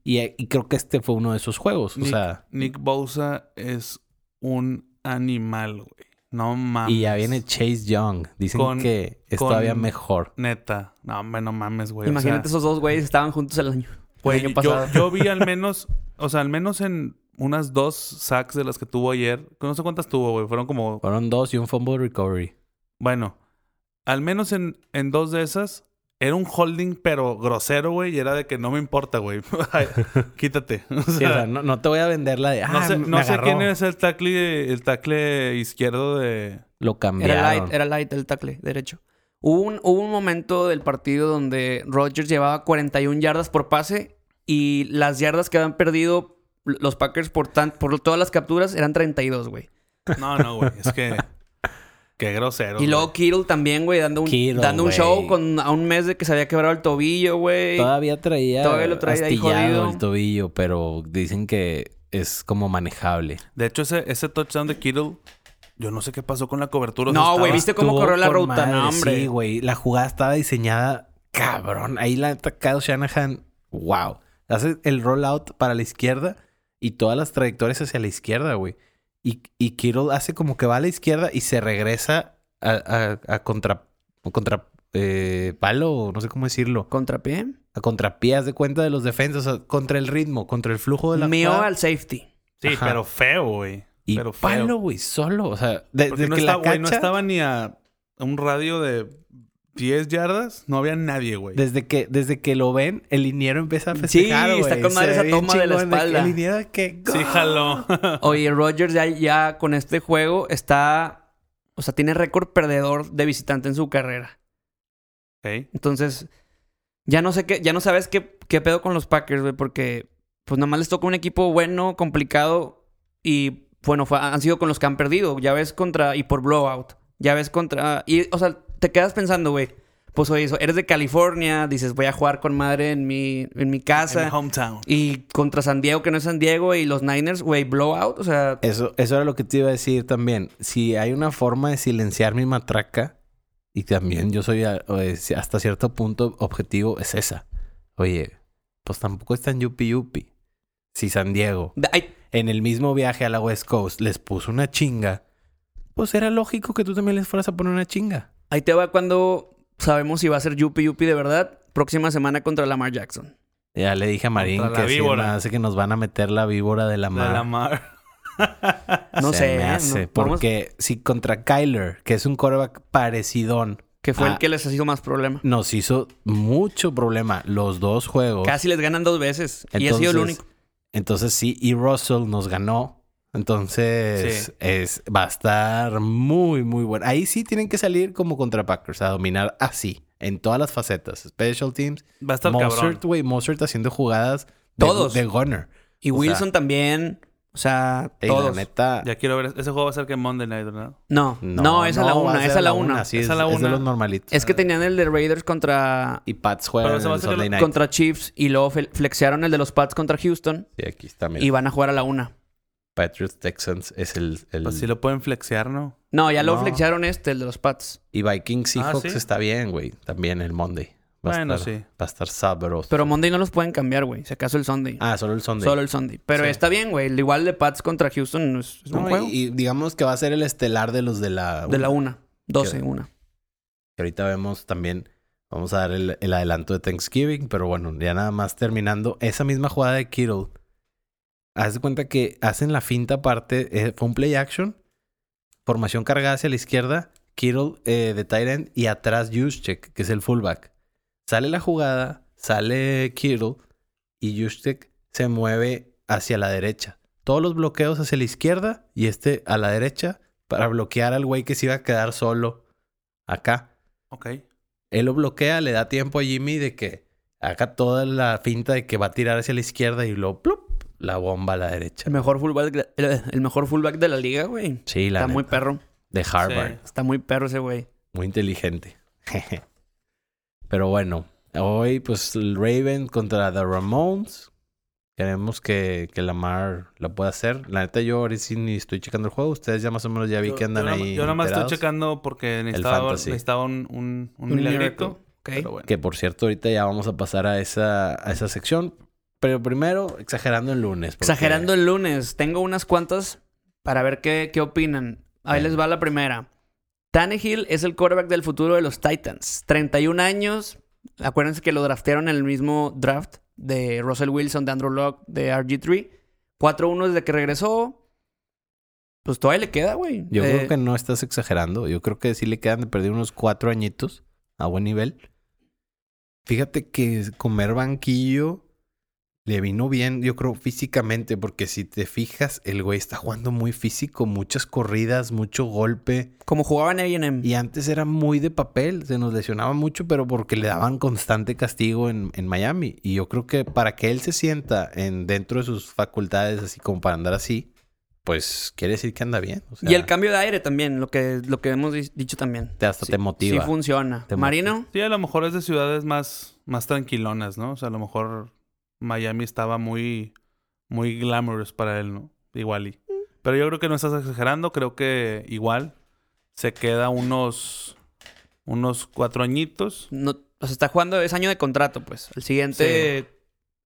Y, y creo que este fue uno de esos juegos. O
Nick,
sea,
Nick Bosa es un animal, güey. No mames.
y ya viene Chase Young. Dicen
Con-
que es
con-
todavía mejor.
Neta. No, hombre, no mames, güey. O
Imagínate
sea,
esos dos güeyes estaban juntos el año, el
güey,
año
Pues yo-
pasado.
Yo, vi al menos... O sea, al menos en unas dos sacks de las que tuvo ayer. que No sé cuántas tuvo, güey. Fueron como...
Fueron dos y un fumble recovery.
Bueno. Al menos en, en dos de esas... Era un holding, pero grosero, güey. Y era de que no me importa, güey. Ay, Quítate. O
Sí, o sea,
sea,
no, no te voy a vender la de.
no
"Ah,
sé,
me
no sé
agarró".
quién es el tackle, el tackle izquierdo de...
Lo cambiaron.
Era light, era light el tackle derecho. Hubo un, hubo un momento del partido donde Rodgers llevaba 41 yardas por pase y las yardas que habían perdido los Packers por, tan, por todas las capturas eran 32, güey.
No, no, güey. Es que... Qué grosero.
Y
güey.
luego Kittle también, güey, dando un,
Kittle,
dando un
güey.
show con, a un mes de que se había quebrado el tobillo, güey.
Todavía traía,
Todavía lo traía ahí
astillado
jodido.
el tobillo, pero dicen que es como manejable.
De hecho, ese, ese touchdown de Kittle, yo no sé qué pasó con la cobertura. o sea,
No, güey,
estaba-
¿viste cómo
Estuvo
corrió la
con
ruta?
madre,
No, hombre.
Sí, güey. La jugada estaba diseñada cabrón. Ahí la atacado Shanahan. Wow. Hace el rollout para la izquierda y todas las trayectorias hacia la izquierda, güey. Y, y Kittle hace como que va a la izquierda y se regresa a, a- a contra, contra eh, palo, o no sé cómo decirlo.
Contrapié.
a contrapiés de cuenta de los defensas, o sea, contra el ritmo, contra el flujo de la
Mío
jugada.
al safety.
Sí,
Ajá.
pero feo, güey.
y
Pero feo.
palo, güey, solo, o sea, desde
Porque Eh, no,
que
estaba,
la
güey,
cacha,
no estaba ni a un radio de 10 yardas, no había nadie, güey.
desde que desde que lo ven, el liniero empieza a
Sí,
festejar,
está
güey,
con
se
madre
ve
esa
bien
toma de la
chingón, que
espalda.
El liniero que
Sí, jaló.
Oye, Rodgers ya, ya con este juego está. O sea, tiene récord perdedor de visitante en su carrera.
Ok.
Entonces, ya no sé qué, ya no sabes qué, qué pedo con los Packers, güey, porque pues nada más les toca un equipo bueno, complicado y bueno, fue- han sido con los que han perdido. Ya ves contra. Y por blowout. Ya ves contra. Y, o sea, te quedas pensando, güey. Pues oye, so- eres de California, dices, voy a jugar con madre en mi, en mi casa.
En mi hometown.
Y contra San Diego, que no es San Diego, y los Niners, güey, blowout. O sea,
Eso eso era lo que te iba a decir también. Si hay una forma de silenciar mi matraca y también yo soy a- o es- hasta cierto punto objetivo es esa. Oye, pues tampoco es tan yupi yupi. Si San Diego
da- hay-
en el mismo viaje a la West Coast les puso una chinga, pues era lógico que tú también les fueras a poner una chinga.
ahí te va cuando sabemos si va a ser Yupi Yupi de verdad. Próxima semana contra Lamar Jackson.
Ya le dije a Marín
Contra la
que sí,
víbora.
me hace que nos van a meter la víbora de la
De
mar.
la mar.
No
Ah, Se
sé.
me
¿eh?
hace,
No- vamos-
porque si contra Kyler, que es un coreback parecidón,
que fue
Ah.
el que les ha sido más problema.
nos hizo mucho problema los dos juegos.
Casi les ganan dos veces. y ha sido el único.
Entonces sí, y Russell nos ganó. Entonces
Sí.
es, va a estar muy, muy bueno. Ahí sí tienen que salir como contra Packers a dominar así, en todas las facetas. Special teams.
Va a estar cabrón.
Mozart, güey, Mozart haciendo jugadas de,
Todos.
de Gunner.
Y
o
Wilson también. O sea,
Ey, la
todos.
neta.
Ya quiero ver. Ese juego va a ser que Monday Night, ¿verdad?
No, no, es a la
va
una,
ser
es a la una.
Sí,
Es
es,
a la
es de
una.
los normalitos.
Es que tenían el de Raiders contra,
Y Pats juega
Pero
en
se me
el
hace que
Sunday
lo-
Night.
contra Chiefs y luego fel- flexearon el de los Pats contra Houston
Sí, aquí está, mira.
y van a jugar a la una.
Patriots Texans es el... el-
Pues sí lo pueden flexear, ¿no?
No, ya lo
No.
flexearon este, el de los Pats.
Y Vikings
Ah,
Seahawks
¿sí?
está bien, güey. También el Monday. Va
Bueno,
a estar,
sí.
Va a estar sabroso.
Pero Monday no los pueden cambiar, güey. Si acaso el Sunday.
Ah, solo el Sunday.
Solo el Sunday. Pero
Sí.
está bien, güey. El Igual de Pats contra Houston no es, es
No,
un
y-
juego.
Y, digamos que va a ser el estelar de los de la...
de la una. 12,
Qué-
una.
Que ahorita vemos también... Vamos a dar el, el adelanto de Thanksgiving. Pero bueno, ya nada más terminando. Esa misma jugada de Kittle. Haz de cuenta que hacen la finta parte... eh, fue un play action. Formación cargada hacia la izquierda. Kittle eh, de tight end. Y atrás Juszczyk, que es el fullback. Sale la jugada. Sale Kittle. y Justek se mueve hacia la derecha. Todos los bloqueos hacia la izquierda y este a la derecha para bloquear al güey que se iba a quedar solo acá.
Ok.
Él lo bloquea, le da tiempo a Jimmy de que haga toda la finta de que va a tirar hacia la izquierda y luego plup, la bomba a la derecha.
El mejor fullback de, el, el mejor fullback de la liga, güey.
Sí, la
Está muy
neta,
perro.
de Harvard.
Sí.
Está muy perro ese güey.
Muy inteligente. Jeje. Pero bueno, hoy pues el Raven contra The Ramones. Queremos que, que Lamar la pueda hacer. La neta, yo ahorita sí ni estoy checando el juego. Ustedes ya más o menos ya vi
Yo-
que andan
yo nada-
ahí.
Yo nada más estoy
enterados.
checando porque necesitaba,
fantasy.
necesitaba un, un, un
Un
milagrito.
milagrito.
Pero
Ok.
bueno.
Que por cierto, ahorita ya vamos a pasar a esa, a esa sección. Pero primero, exagerando el lunes. porque-
Exagerando el lunes. Tengo unas cuantas para ver qué, qué opinan. Ahí
Venga.
les va la primera. Tannehill es el quarterback del futuro de los Titans. 31 años. Acuérdense que lo draftearon en el mismo draft de Russell Wilson, de Andrew Locke, de RG3. 4-1 desde que regresó. Pues todavía le queda, güey.
Yo
Eh,
creo que no estás exagerando. Yo creo que sí le quedan de perder unos cuatro añitos a buen nivel. Fíjate que comer banquillo le vino bien, yo creo, físicamente, porque si te fijas, el güey está jugando muy físico, muchas corridas, mucho golpe.
Como jugaba en AM.
Y antes era muy de papel, se nos lesionaba mucho, pero porque le daban constante castigo en, en Miami. Y yo creo que para que él se sienta en, dentro de sus facultades, así como para andar así, pues quiere decir que anda bien. o sea,
Y el cambio de aire también, lo que, lo que hemos di- dicho también.
te- hasta
Sí-
te motiva.
Sí funciona.
Te
Marino,
Sí, a lo mejor es de ciudades más, más tranquilonas, ¿no? O sea, a lo mejor Miami estaba muy, muy glamorous para él, ¿no? Igual y. Pero yo creo que no estás exagerando, creo que igual se queda unos, unos cuatro añitos.
no, o sea, está jugando, es año de contrato, pues. El siguiente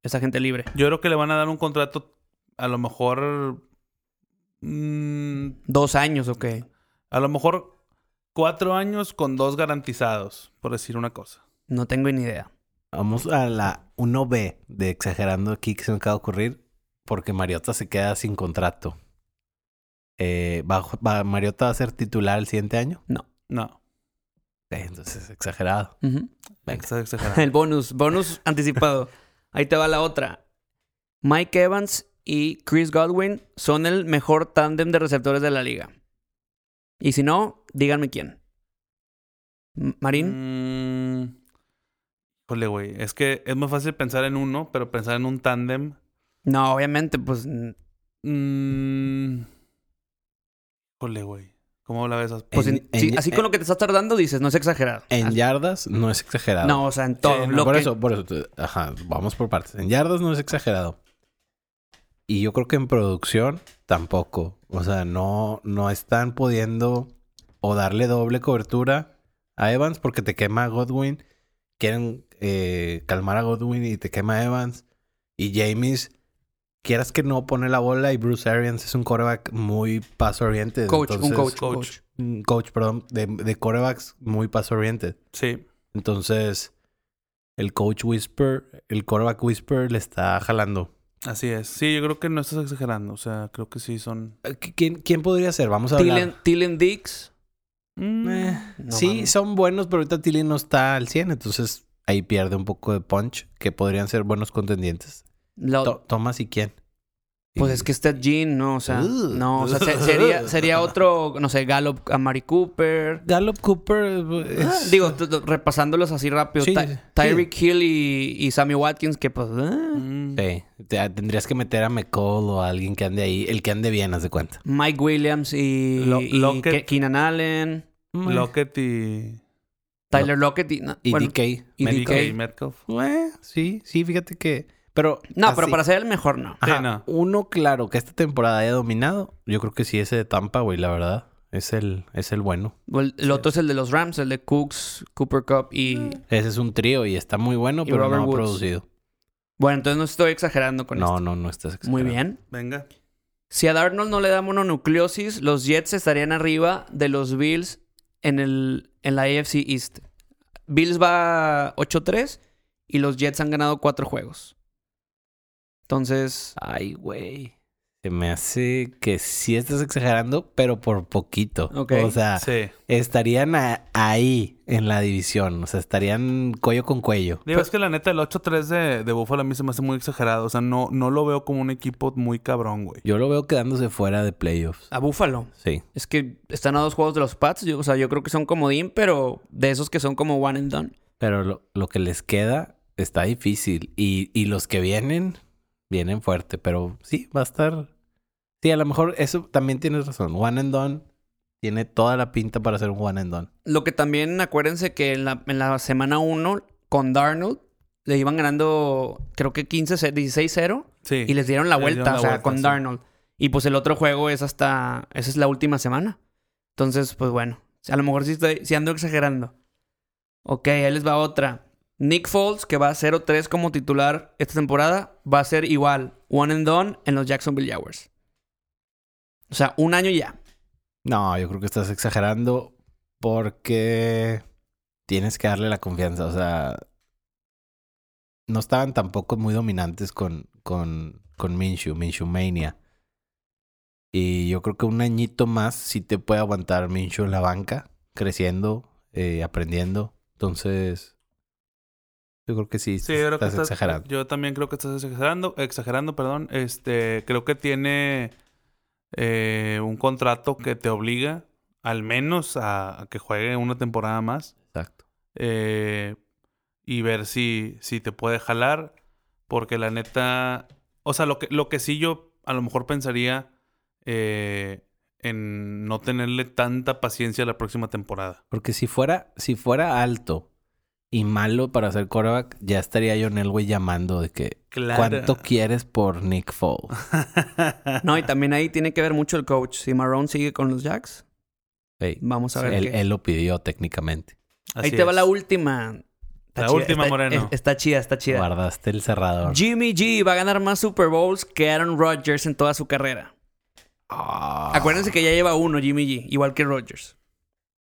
es agente libre.
Yo creo que le van a dar un contrato, a lo mejor. mm,
Dos años, ok.
a lo mejor cuatro años con dos garantizados, por decir una cosa.
No tengo ni idea.
Vamos a la 1B de exagerando aquí que se me acaba de ocurrir, porque Mariota se queda sin contrato. Eh, ¿va, va- ¿Mariota va a ser titular el siguiente año?
No,
Sí, entonces, exagerado.
Ujú.
Venga.
estás exagerando.
El bonus, bonus anticipado. Ahí te va la otra. Mike Evans y Chris Godwin son el mejor tándem de receptores de la liga. Y si no, díganme quién. M- Marín,
Mm, Híjole, güey. Es que es muy fácil pensar en uno, pero pensar en un tándem.
no, obviamente, pues
mm, Híjole, güey. ¿Cómo la ves?
Pues
En-
en- sí,
en-
así con lo que te estás tardando dices, no es exagerado.
En
Así-
yardas no es exagerado.
no, o sea, en todo.
Sí, no,
lo
por
que-
eso, por eso. te- Ajá, vamos por partes. En yardas no es exagerado. Y yo creo que en producción tampoco. O sea, no, no están pudiendo o darle doble cobertura a Evans porque te quema a Godwin. Quieren eh, calmar a Godwin y te quema a Evans. Y James, quieras que no, pone la bola. Y Bruce Arians es un coreback muy paso oriente.
Coach, un coach,
coach.
coach.
Coach, perdón, de, de corebacks muy paso oriente.
Sí.
Entonces, el coach Whisper, el quarterback Whisper le está jalando.
Así es. Sí, yo creo que no estás exagerando. O sea, creo que sí son.
Eh, ¿qui- ¿Quién, quién podría ser? Vamos a hablar.
Tillen, Tillen Dix.
Mm,
Eh,
No
sí,
mames.
son buenos, pero ahorita Tilly no está al 100, entonces ahí pierde un poco de punch, que podrían ser buenos contendientes.
la-
To- Thomas y quién.
Oh. Pues es que está Jean, no, o sea,
Ugh.
no, o sea, se- sería, sería otro, no sé, Gallup a Mari Cooper.
Gallup Cooper eh,
Ah,
es-
Digo, t- t- repasándolos así rápido,
Sí,
Ty-
sí.
Tyreek Hill y, y Sammy Watkins, que pues, ah.
Mm.
Sí, te- tendrías que meter a McCall o a alguien que ande ahí, el que ande bien, haz de cuenta.
Mike Williams y,
Lo-
y
Lockett.
Ke- Keenan Allen,
Lockett y,
Tyler Lockett y, no,
Y
bueno,
DK.
y
Metcalf.
DK.
y Metcalf.
Eh, sí, sí, fíjate que. Pero.
no, pero
así-
para ser el mejor no.
Sí,
Ajá,
no.
Uno, claro, que esta temporada haya dominado. Yo creo que sí, ese de Tampa, güey, la verdad. Es el, es el bueno.
O El, el otro es el de los Rams, el de Cooks, Cooper Cup y...
Ese es un trío y está muy
Y
bueno, pero
Robert
no ha
Woods.
producido.
Bueno, entonces no estoy exagerando con
no,
esto.
no, no estás
Muy
exagerando.
bien.
Venga.
Si a Darnold no le da mononucleosis, los Jets estarían arriba de los Bills en, el, en la AFC East. Bills va 8-3 y los Jets han ganado 4 juegos. Entonces,
Ay, güey. Se me hace que sí estás exagerando, pero por poquito.
Ok.
O sea,
Sí.
estarían a- ahí en la división. O sea, estarían cuello con cuello.
Digo, es que la neta, el 8-3 de, de Buffalo a mí se me hace muy exagerado. O sea, no, no lo veo como un equipo muy cabrón, güey.
Yo lo veo quedándose fuera de playoffs.
a Buffalo.
Sí.
Es que están a dos juegos de los Pats. Yo- o sea, yo creo que son comodín, pero de esos que son como one and done.
Pero lo, lo que les queda está difícil. Y, y los que vienen, vienen fuerte. Pero sí, va a estar. Sí, a lo mejor eso también tienes razón. One and Done tiene toda la pinta para ser un One and Done.
Lo que también acuérdense que en la, en la semana 1 con Darnold le iban ganando creo que 15 16-0
Sí.
y les dieron la
Les
vuelta,
dieron la
o sea,
vuelta,
con
sí.
Darnold. Y pues el otro juego es hasta esa es la última semana. Entonces, pues bueno, a lo mejor sí estoy sí ando exagerando. Ok, ahí les va otra. Nick Foles, que va a 0-3 como titular esta temporada, va a ser igual, one and done en los Jacksonville Jaguars. O sea, un año ya.
No, yo creo que estás exagerando porque tienes que darle la confianza. O sea, no estaban tampoco muy dominantes con, con, con Minshew, Minshew Mania. Y yo creo que un añito más sí te puede aguantar Minshew en la banca, creciendo, eh, aprendiendo. Entonces, yo creo que sí,
Sí, yo creo
estás,
que estás-
exagerando.
Yo también creo que estás exagerando, exagerando, perdón. Este, creo que tiene eh, un contrato que te obliga al menos a, a que juegue una temporada más
Exacto.
eh, y ver si, si te puede jalar, porque la neta, o sea, lo que, lo que sí yo a lo mejor pensaría eh, en no tenerle tanta paciencia la próxima temporada.
Porque si fuera, si fuera alto y malo para ser quarterback, ya estaría John Elway llamando de que ¿Cuánto quieres por Nick Foles?
No, y también ahí tiene que ver mucho el coach. Si Marrón sigue con los Jacks,
Ey,
vamos a ver.
él,
qué.
él lo pidió técnicamente.
ahí te va la última. Está
La
chida,
última,
está-
Moreno.
es- Está chida, está chida.
Guardaste el cerrador.
Jimmy G va a ganar más Super Bowls que Aaron Rodgers en toda su carrera.
Ah.
Acuérdense que ya lleva uno Jimmy G, igual que Rodgers.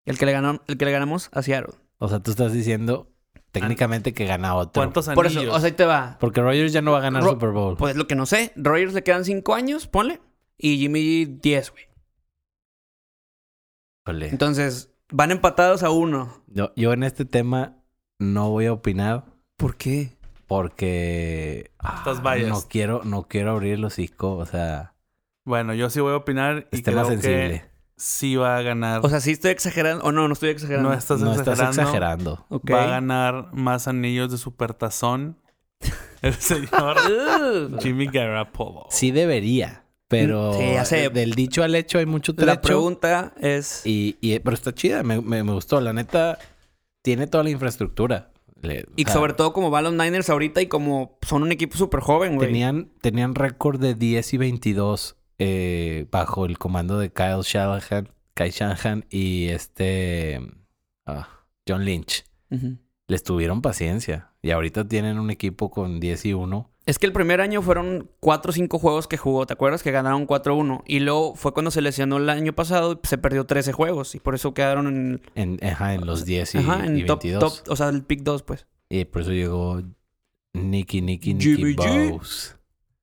El que le, ganó, el que le ganamos a Seattle.
O sea, tú estás diciendo técnicamente que gana otro.
¿Cuántos
Por
anillos?
eso, o sea, ahí te va.
Porque Rogers ya no va a ganar
Ro-
Super Bowl.
Pues lo que no sé, Rodgers le quedan cinco años, ponle. Y Jimmy G, 10, güey.
Híjole.
Entonces, van empatados a uno.
Yo, yo en este tema no voy a opinar
¿Por qué?
porque ah,
Estás biased.
no quiero no quiero abrir el hocico, o sea,
Bueno, yo sí voy a opinar y
este
creo
más
que
sensible.
sí va a ganar.
O sea, sí estoy exagerando. O no, no estoy exagerando.
no estás
no
exagerando.
estás exagerando.
Ok.
Va a ganar más anillos de supertazón el señor
Ugh.
Jimmy Garoppolo.
Sí debería, pero
Sí, ya sé.
del dicho al hecho hay mucho trecho.
La pregunta es.
Y, y- pero está chida, me, me- me gustó. La neta, tiene toda la infraestructura. Le-
Y
o sea,
sobre todo como van los Niners ahorita y como son un equipo súper joven, güey.
tenían, tenían récord de 10 y 22 eh, bajo el comando de Kyle Shanahan, Kyle Shanahan y este ah, John Lynch.
Ujú.
Les tuvieron paciencia. Y ahorita tienen un equipo con 10 y 1.
Es que el primer año fueron 4 o 5 juegos que jugó, ¿te acuerdas? Que ganaron 4-1. Y luego fue cuando se lesionó el año pasado y se perdió 13 juegos. Y por eso quedaron en,
En, ajá, en los 10 y,
ajá, en
y
top,
22.
top, o sea, el pick 2, pues.
Y por eso llegó Nicky, Nicky, Nicky
Jimmy G.
Bowes.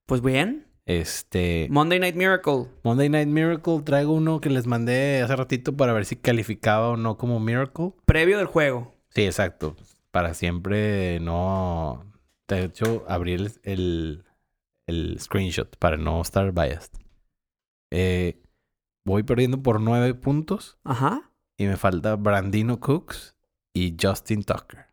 Pues bien.
Este.
Monday Night Miracle.
Monday Night Miracle, traigo uno que les mandé hace ratito para ver si calificaba o no como Miracle.
Previo del juego.
Sí, exacto. Para siempre no. De hecho, abrí el, el, el screenshot para no estar biased. Eh, voy perdiendo por nueve puntos
Ajá.
y me falta Brandino Cooks y Justin Tucker.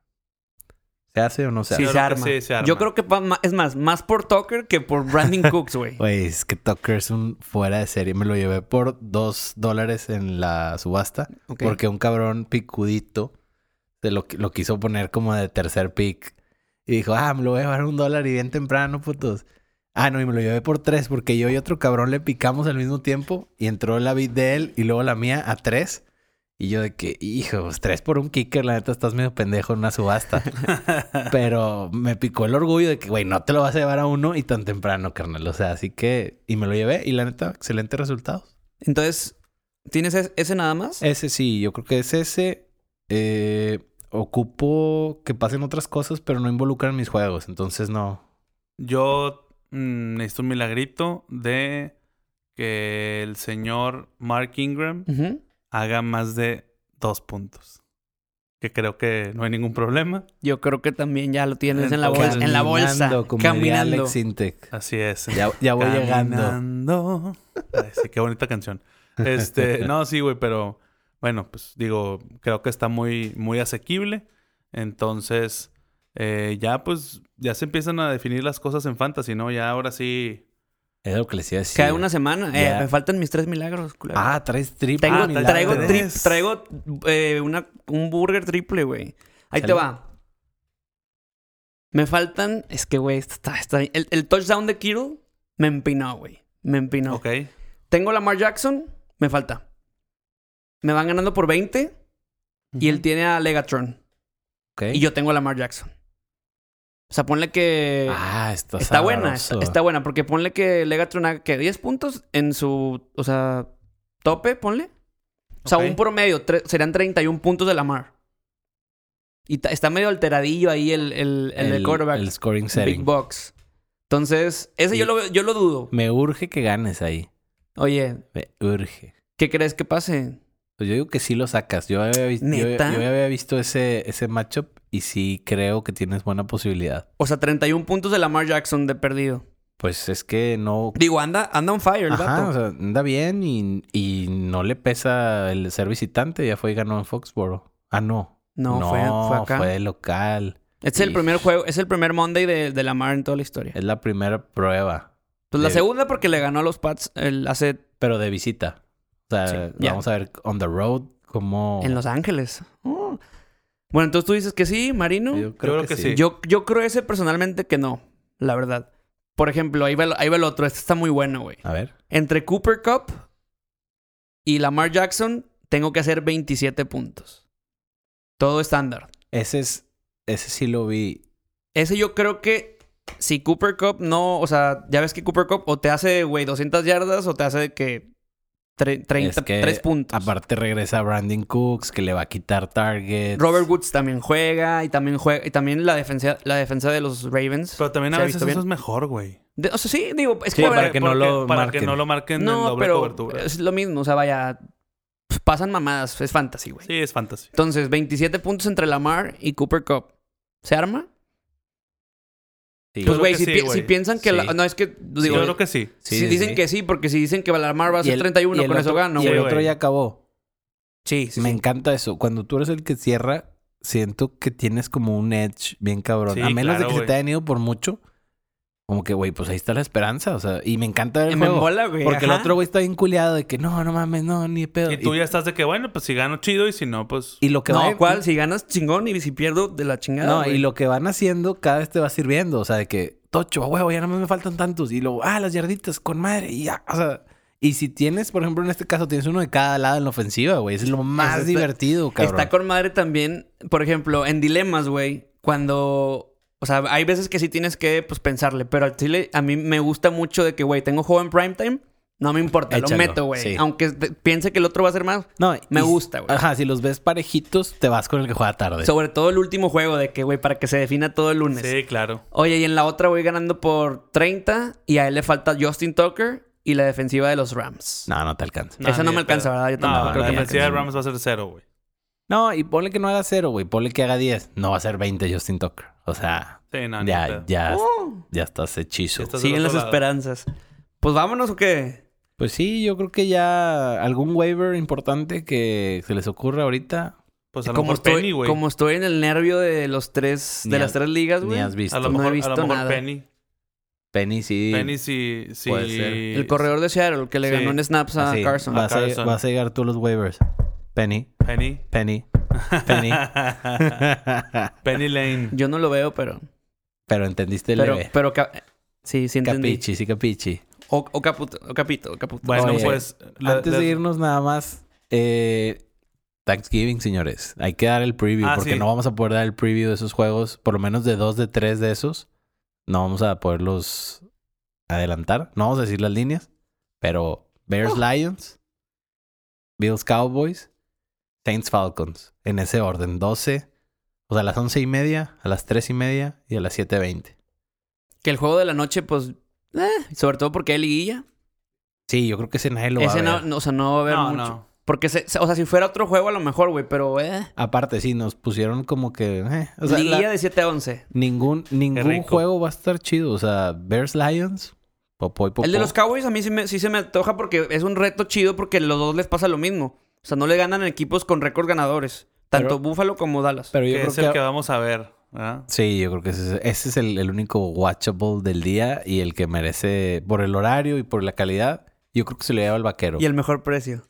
¿Se hace o no se
Sí,
hace?
se
creo que
arma.
sí, se arma.
Yo creo que pa- ma- es más, más por Tucker que por Brandon Cooks, güey.
Güey, es que Tucker es un fuera de serie. Me lo llevé por dos dólares en la subasta.
Ok.
Porque un cabrón picudito se lo, qui- lo quiso poner como de tercer pick. Y dijo, ah, me lo voy a llevar un dólar y bien temprano, putos. Ah, no, y me lo llevé por tres porque yo y otro cabrón le picamos al mismo tiempo y entró la bid de él y luego la mía a tres. Y yo de que, hijo, pues, tres por un kicker, la neta estás medio pendejo en una subasta. Pero me picó el orgullo de que, güey, no te lo vas a llevar a uno y tan temprano, carnal. O sea, así que, y me lo llevé y la neta, excelentes resultados.
Entonces, ¿tienes es- ese nada más?
Ese sí, yo creo que es ese. Eh, ocupo que pasen otras cosas, pero no involucran mis juegos. Entonces no.
Yo mm, necesito un milagrito de que el señor Mark Ingram
Ujú.
haga más de dos puntos. Que creo que no hay ningún problema.
Yo creo que también ya lo tienes en la bolsa.
Entonces,
En la bolsa.
Caminando, como diría
Caminando.
Alex Intec.
Así es.
Ya, ya voy llegando.
Caminando. Ay, sí, qué bonita canción. Este, no, sí, güey, pero bueno, pues digo, creo que está muy, muy asequible. Entonces, eh, ya pues, ya se empiezan a definir las cosas en fantasy, ¿no? Ya ahora sí.
Es lo que les iba a decir.
Cada una semana. Eh,
Ya.
me faltan mis tres milagros, culero.
Ah, traes triple.
Tengo-
Ah,
milagro.
traigo
tres.
trip- traigo eh, una- un burger triple, güey. Ahí te
Salud.
va. Me faltan. Es que, güey, está, está- el, el touchdown de Kittle me empinó, güey. Me empinó.
Ok.
Tengo Lamar Jackson, me falta. Me van ganando por 20 y él tiene a Legatron.
Ok.
Y yo tengo a Lamar Jackson. O sea, ponle que.
Ah, está,
Está buena, está,
sabroso.
está buena, porque ponle que Legatron haga que 10 puntos en su, o sea, tope, ponle. O sea,
Ok.
un promedio, tre- serán 31 puntos de Lamar. Y ta- está medio alteradillo ahí el, el, el, de quarterback,
el scoring
Big
setting.
Box. Entonces, ese
Y-
yo lo, veo- yo lo dudo.
Me urge que ganes ahí.
Oye,
Me urge.
¿qué crees que pase?
Pues yo digo que sí lo sacas. Yo había, vis- yo-
¿Neta?
yo había visto ese, ese matchup y sí creo que tienes buena posibilidad.
O sea, 31 puntos de Lamar Jackson de perdido.
Pues es que no
Digo, anda, anda on fire el
Ajá,
vato.
o sea, anda bien y, y no le pesa el ser visitante. Ya fue y ganó en Foxboro. Ah, no.
no, fue, fue acá.
fue de local.
Este es el
y-
primer juego, es el primer Monday de, de Lamar en toda la historia.
Es la primera prueba,
Pues la
de-
segunda porque le ganó a los Pats el, hace
pero de visita. O sea,
Sí, ya.
vamos a ver on the road cómo...
En Los Ángeles. Oh. Bueno, entonces tú dices que sí, Marino.
Yo creo, que, sí.
Yo, yo creo ese personalmente que no, la verdad. Por ejemplo, ahí va el, ahí va el otro. Este está muy bueno, güey.
A ver.
Entre Cooper Cup y Lamar Jackson, tengo que hacer 27 puntos. Todo estándar.
Ese es... Ese sí lo vi.
Ese yo creo que si Cooper Cup no, o sea, ya ves que Cooper Cup o te hace, güey, 200 yardas o te hace que tre- 30,
Es que
3 puntos.
Aparte regresa Brandon Cooks, que le va a quitar targets.
Robert Woods también juega y también juega y también la defensa la defensa de los Ravens.
Pero también a
¿Se ha
veces
visto bien?
eso es mejor, güey.
De- o sea, sí, digo, es
Sí,
que
para que no
Porque-
lo
para que
marquen.
no lo marquen en
no,
doble
pero
cobertura.
es lo mismo, o sea, vaya, pues, pasan mamadas, es fantasy, güey.
Sí, es fantasy.
Entonces, 27 puntos entre Lamar y Cooper Cup. ¿Se arma?
Sí,
Pues,
creo
güey,
que
si,
sí,
pi-
güey.
si piensan que...
Sí.
la- no, es que... Digo,
Yo creo que sí.
si dicen que sí, porque si dicen que Lamar va a
Y
ser
el-
31,
y el
con eso
otro-
gano,
Y el
güey.
güey.
otro ya acabó.
Sí, sí,
Me
sí.
encanta eso. Cuando tú eres el que cierra, siento que tienes como un edge bien cabrón.
Sí,
a menos de
claro,
que se
güey.
te hayan ido por mucho. Como que, güey, pues ahí está la esperanza. O sea, y me encanta ver el
Me
juego.
embola, güey.
porque el
ajá.
otro güey está bien culiado de que no, no mames, no, ni de
eh,
pedo.
Y tú ya estás de que, bueno, pues si gano chido y si no, pues.
y lo que
No,
va-
¿cuál? Si ganas chingón y si pierdo de la chingada,
No,
güey.
y lo que van haciendo cada vez te va sirviendo. O sea, de que, tocho, a huevo, ya no me faltan tantos. Y luego, ah, las yarditas, con madre. Y ya, o sea... Y si tienes, por ejemplo, en este caso, tienes uno de cada lado en la ofensiva, güey. Es lo más
Está-
divertido, cabrón.
Está con madre también, por ejemplo, en dilemas, güey, cuando... O sea, hay veces que sí tienes que, pues, pensarle. Pero al chile a mí me gusta mucho de que, güey, tengo juego en primetime. No me importa,
Échalo,
lo meto, güey.
sí.
Aunque te- piense que el otro va a ser más.
No,
Me
y-
gusta, güey.
Ajá, si los ves parejitos, te vas con el que juega tarde.
Sobre todo el último juego de que, güey, para que se defina todo el lunes.
Sí, claro.
Oye, y en la otra voy ganando por 30 y a él le falta Justin Tucker y la defensiva de los Rams.
no, no te alcanza.
Esa no
ni
me
de
alcanza,
pedo.
¿verdad? Yo
No,
tampoco creo
la
que me
defensiva de
alcance.
Rams va a ser cero, güey.
No, y ponle que no haga cero, güey. Ponle que haga 10. No va a ser 20 Justin Tucker. O sea,
Sí, no, ni
ya,
pedo.
ya,
Uh,
ya estás hechizo.
Ya estás del
siguen las
otro lado.
esperanzas. Pues vámonos o qué.
Pues sí, yo creo que ya algún waiver importante que se les ocurra ahorita,
Pues a lo
Como
mejor
estoy,
Penny, güey.
como estoy en el nervio de los tres,
Ni
de
has-
las tres ligas,
ni
güey.
has visto.
Pues, A lo
No he
mejor, a
visto
lo mejor
nada.
Penny.
Penny sí.
Penny sí. sí
Puede ser.
El corredor de Seattle que le
Sí.
ganó en snaps a
Así,
Carson.
Vas Ah, a,
Carson.
vas a llegar tú a los waivers. Penny,
Penny.
Penny, Penny.
Penny Lane.
Yo no lo veo, pero.
Pero entendiste el
Pero,
leve.
pero ca- sí, sí entendí.
Capichi, sí capichi.
O, o caputo, o capito, o caputo.
Bueno,
Oye,
pues. la-
Antes
la-
de irnos nada más, eh, Thanksgiving, señores. Hay que dar el preview
Ah,
porque
sí.
no vamos a poder dar el preview de esos juegos, por lo menos de dos, de tres de esos. No vamos a poderlos adelantar. No vamos a decir las líneas, pero Bears
Oh.
Lions, Bills Cowboys, Saints Falcons, en ese orden, 12. O sea, a las once y media, a las tres y media y a las 7.20.
Que el juego de la noche, pues. eh, sobre todo porque hay liguilla.
Sí, yo creo que ese nadie lo va a
Ese
ver.
no, no, o sea, no va a haber
No,
mucho.
no.
Porque, se- se- o sea, si fuera otro juego, a lo mejor, güey, pero. Eh,
Aparte, sí, nos pusieron como que... eh, o sea, la-
liguilla de 7 a 11.
Ningún, ningún
rico.
juego va a estar chido. O sea, Bears Lions, Popoy Popoy.
El de los Cowboys a mí sí, me- sí se me antoja porque es un reto chido porque los dos les pasa lo mismo. O sea, no le ganan a equipos con récord ganadores. Tanto
Pero-
Buffalo como Dallas.
Pero yo
Que
creo
es
que.
el que vamos a ver. ¿verdad?
Sí, yo creo que ese es, ese es el, el único watchable del día y el que merece, por el horario y por la calidad, yo creo que se le lleva al vaquero.
Y el mejor precio.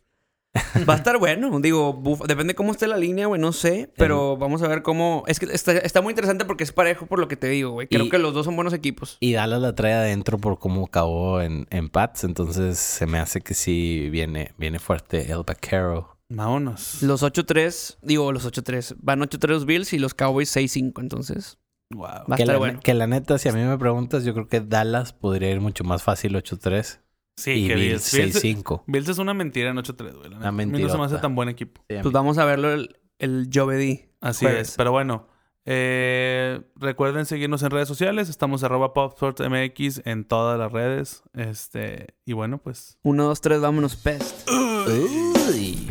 Va a estar bueno, digo, Buff- depende cómo esté la línea, güey, no sé, pero vamos a ver cómo... Es que está, está muy interesante porque es parejo por lo que te digo, güey. Creo
Y-
que los dos son buenos equipos.
Y Dallas la trae adentro por cómo acabó en, en Pats. Entonces se me hace que sí viene, viene fuerte el vaquero.
Vámonos.
Los 8-3, digo, los 8-3, van 8-3 los Bills y los Cowboys 6-5, entonces
Wow.
va a
Que la,
estar bueno.
que la neta, si a mí me preguntas, yo creo que Dallas podría ir mucho más fácil 8-3
Sí,
y
que
Bills
Bills. Bills,
6-5.
Bills es una mentira en 8-3, güey. la neta. A mí No se me hace
mentirota.
tan buen equipo.
Sí, a mí
Pues vamos a verlo el, el Jovedi.
Así
Jueves.
es. Pero bueno, eh, recuerden seguirnos en redes sociales. Estamos arroba PopSportsMX en todas las redes. Este, y bueno, pues.
1, 2, 3, vámonos, pest.
Uy.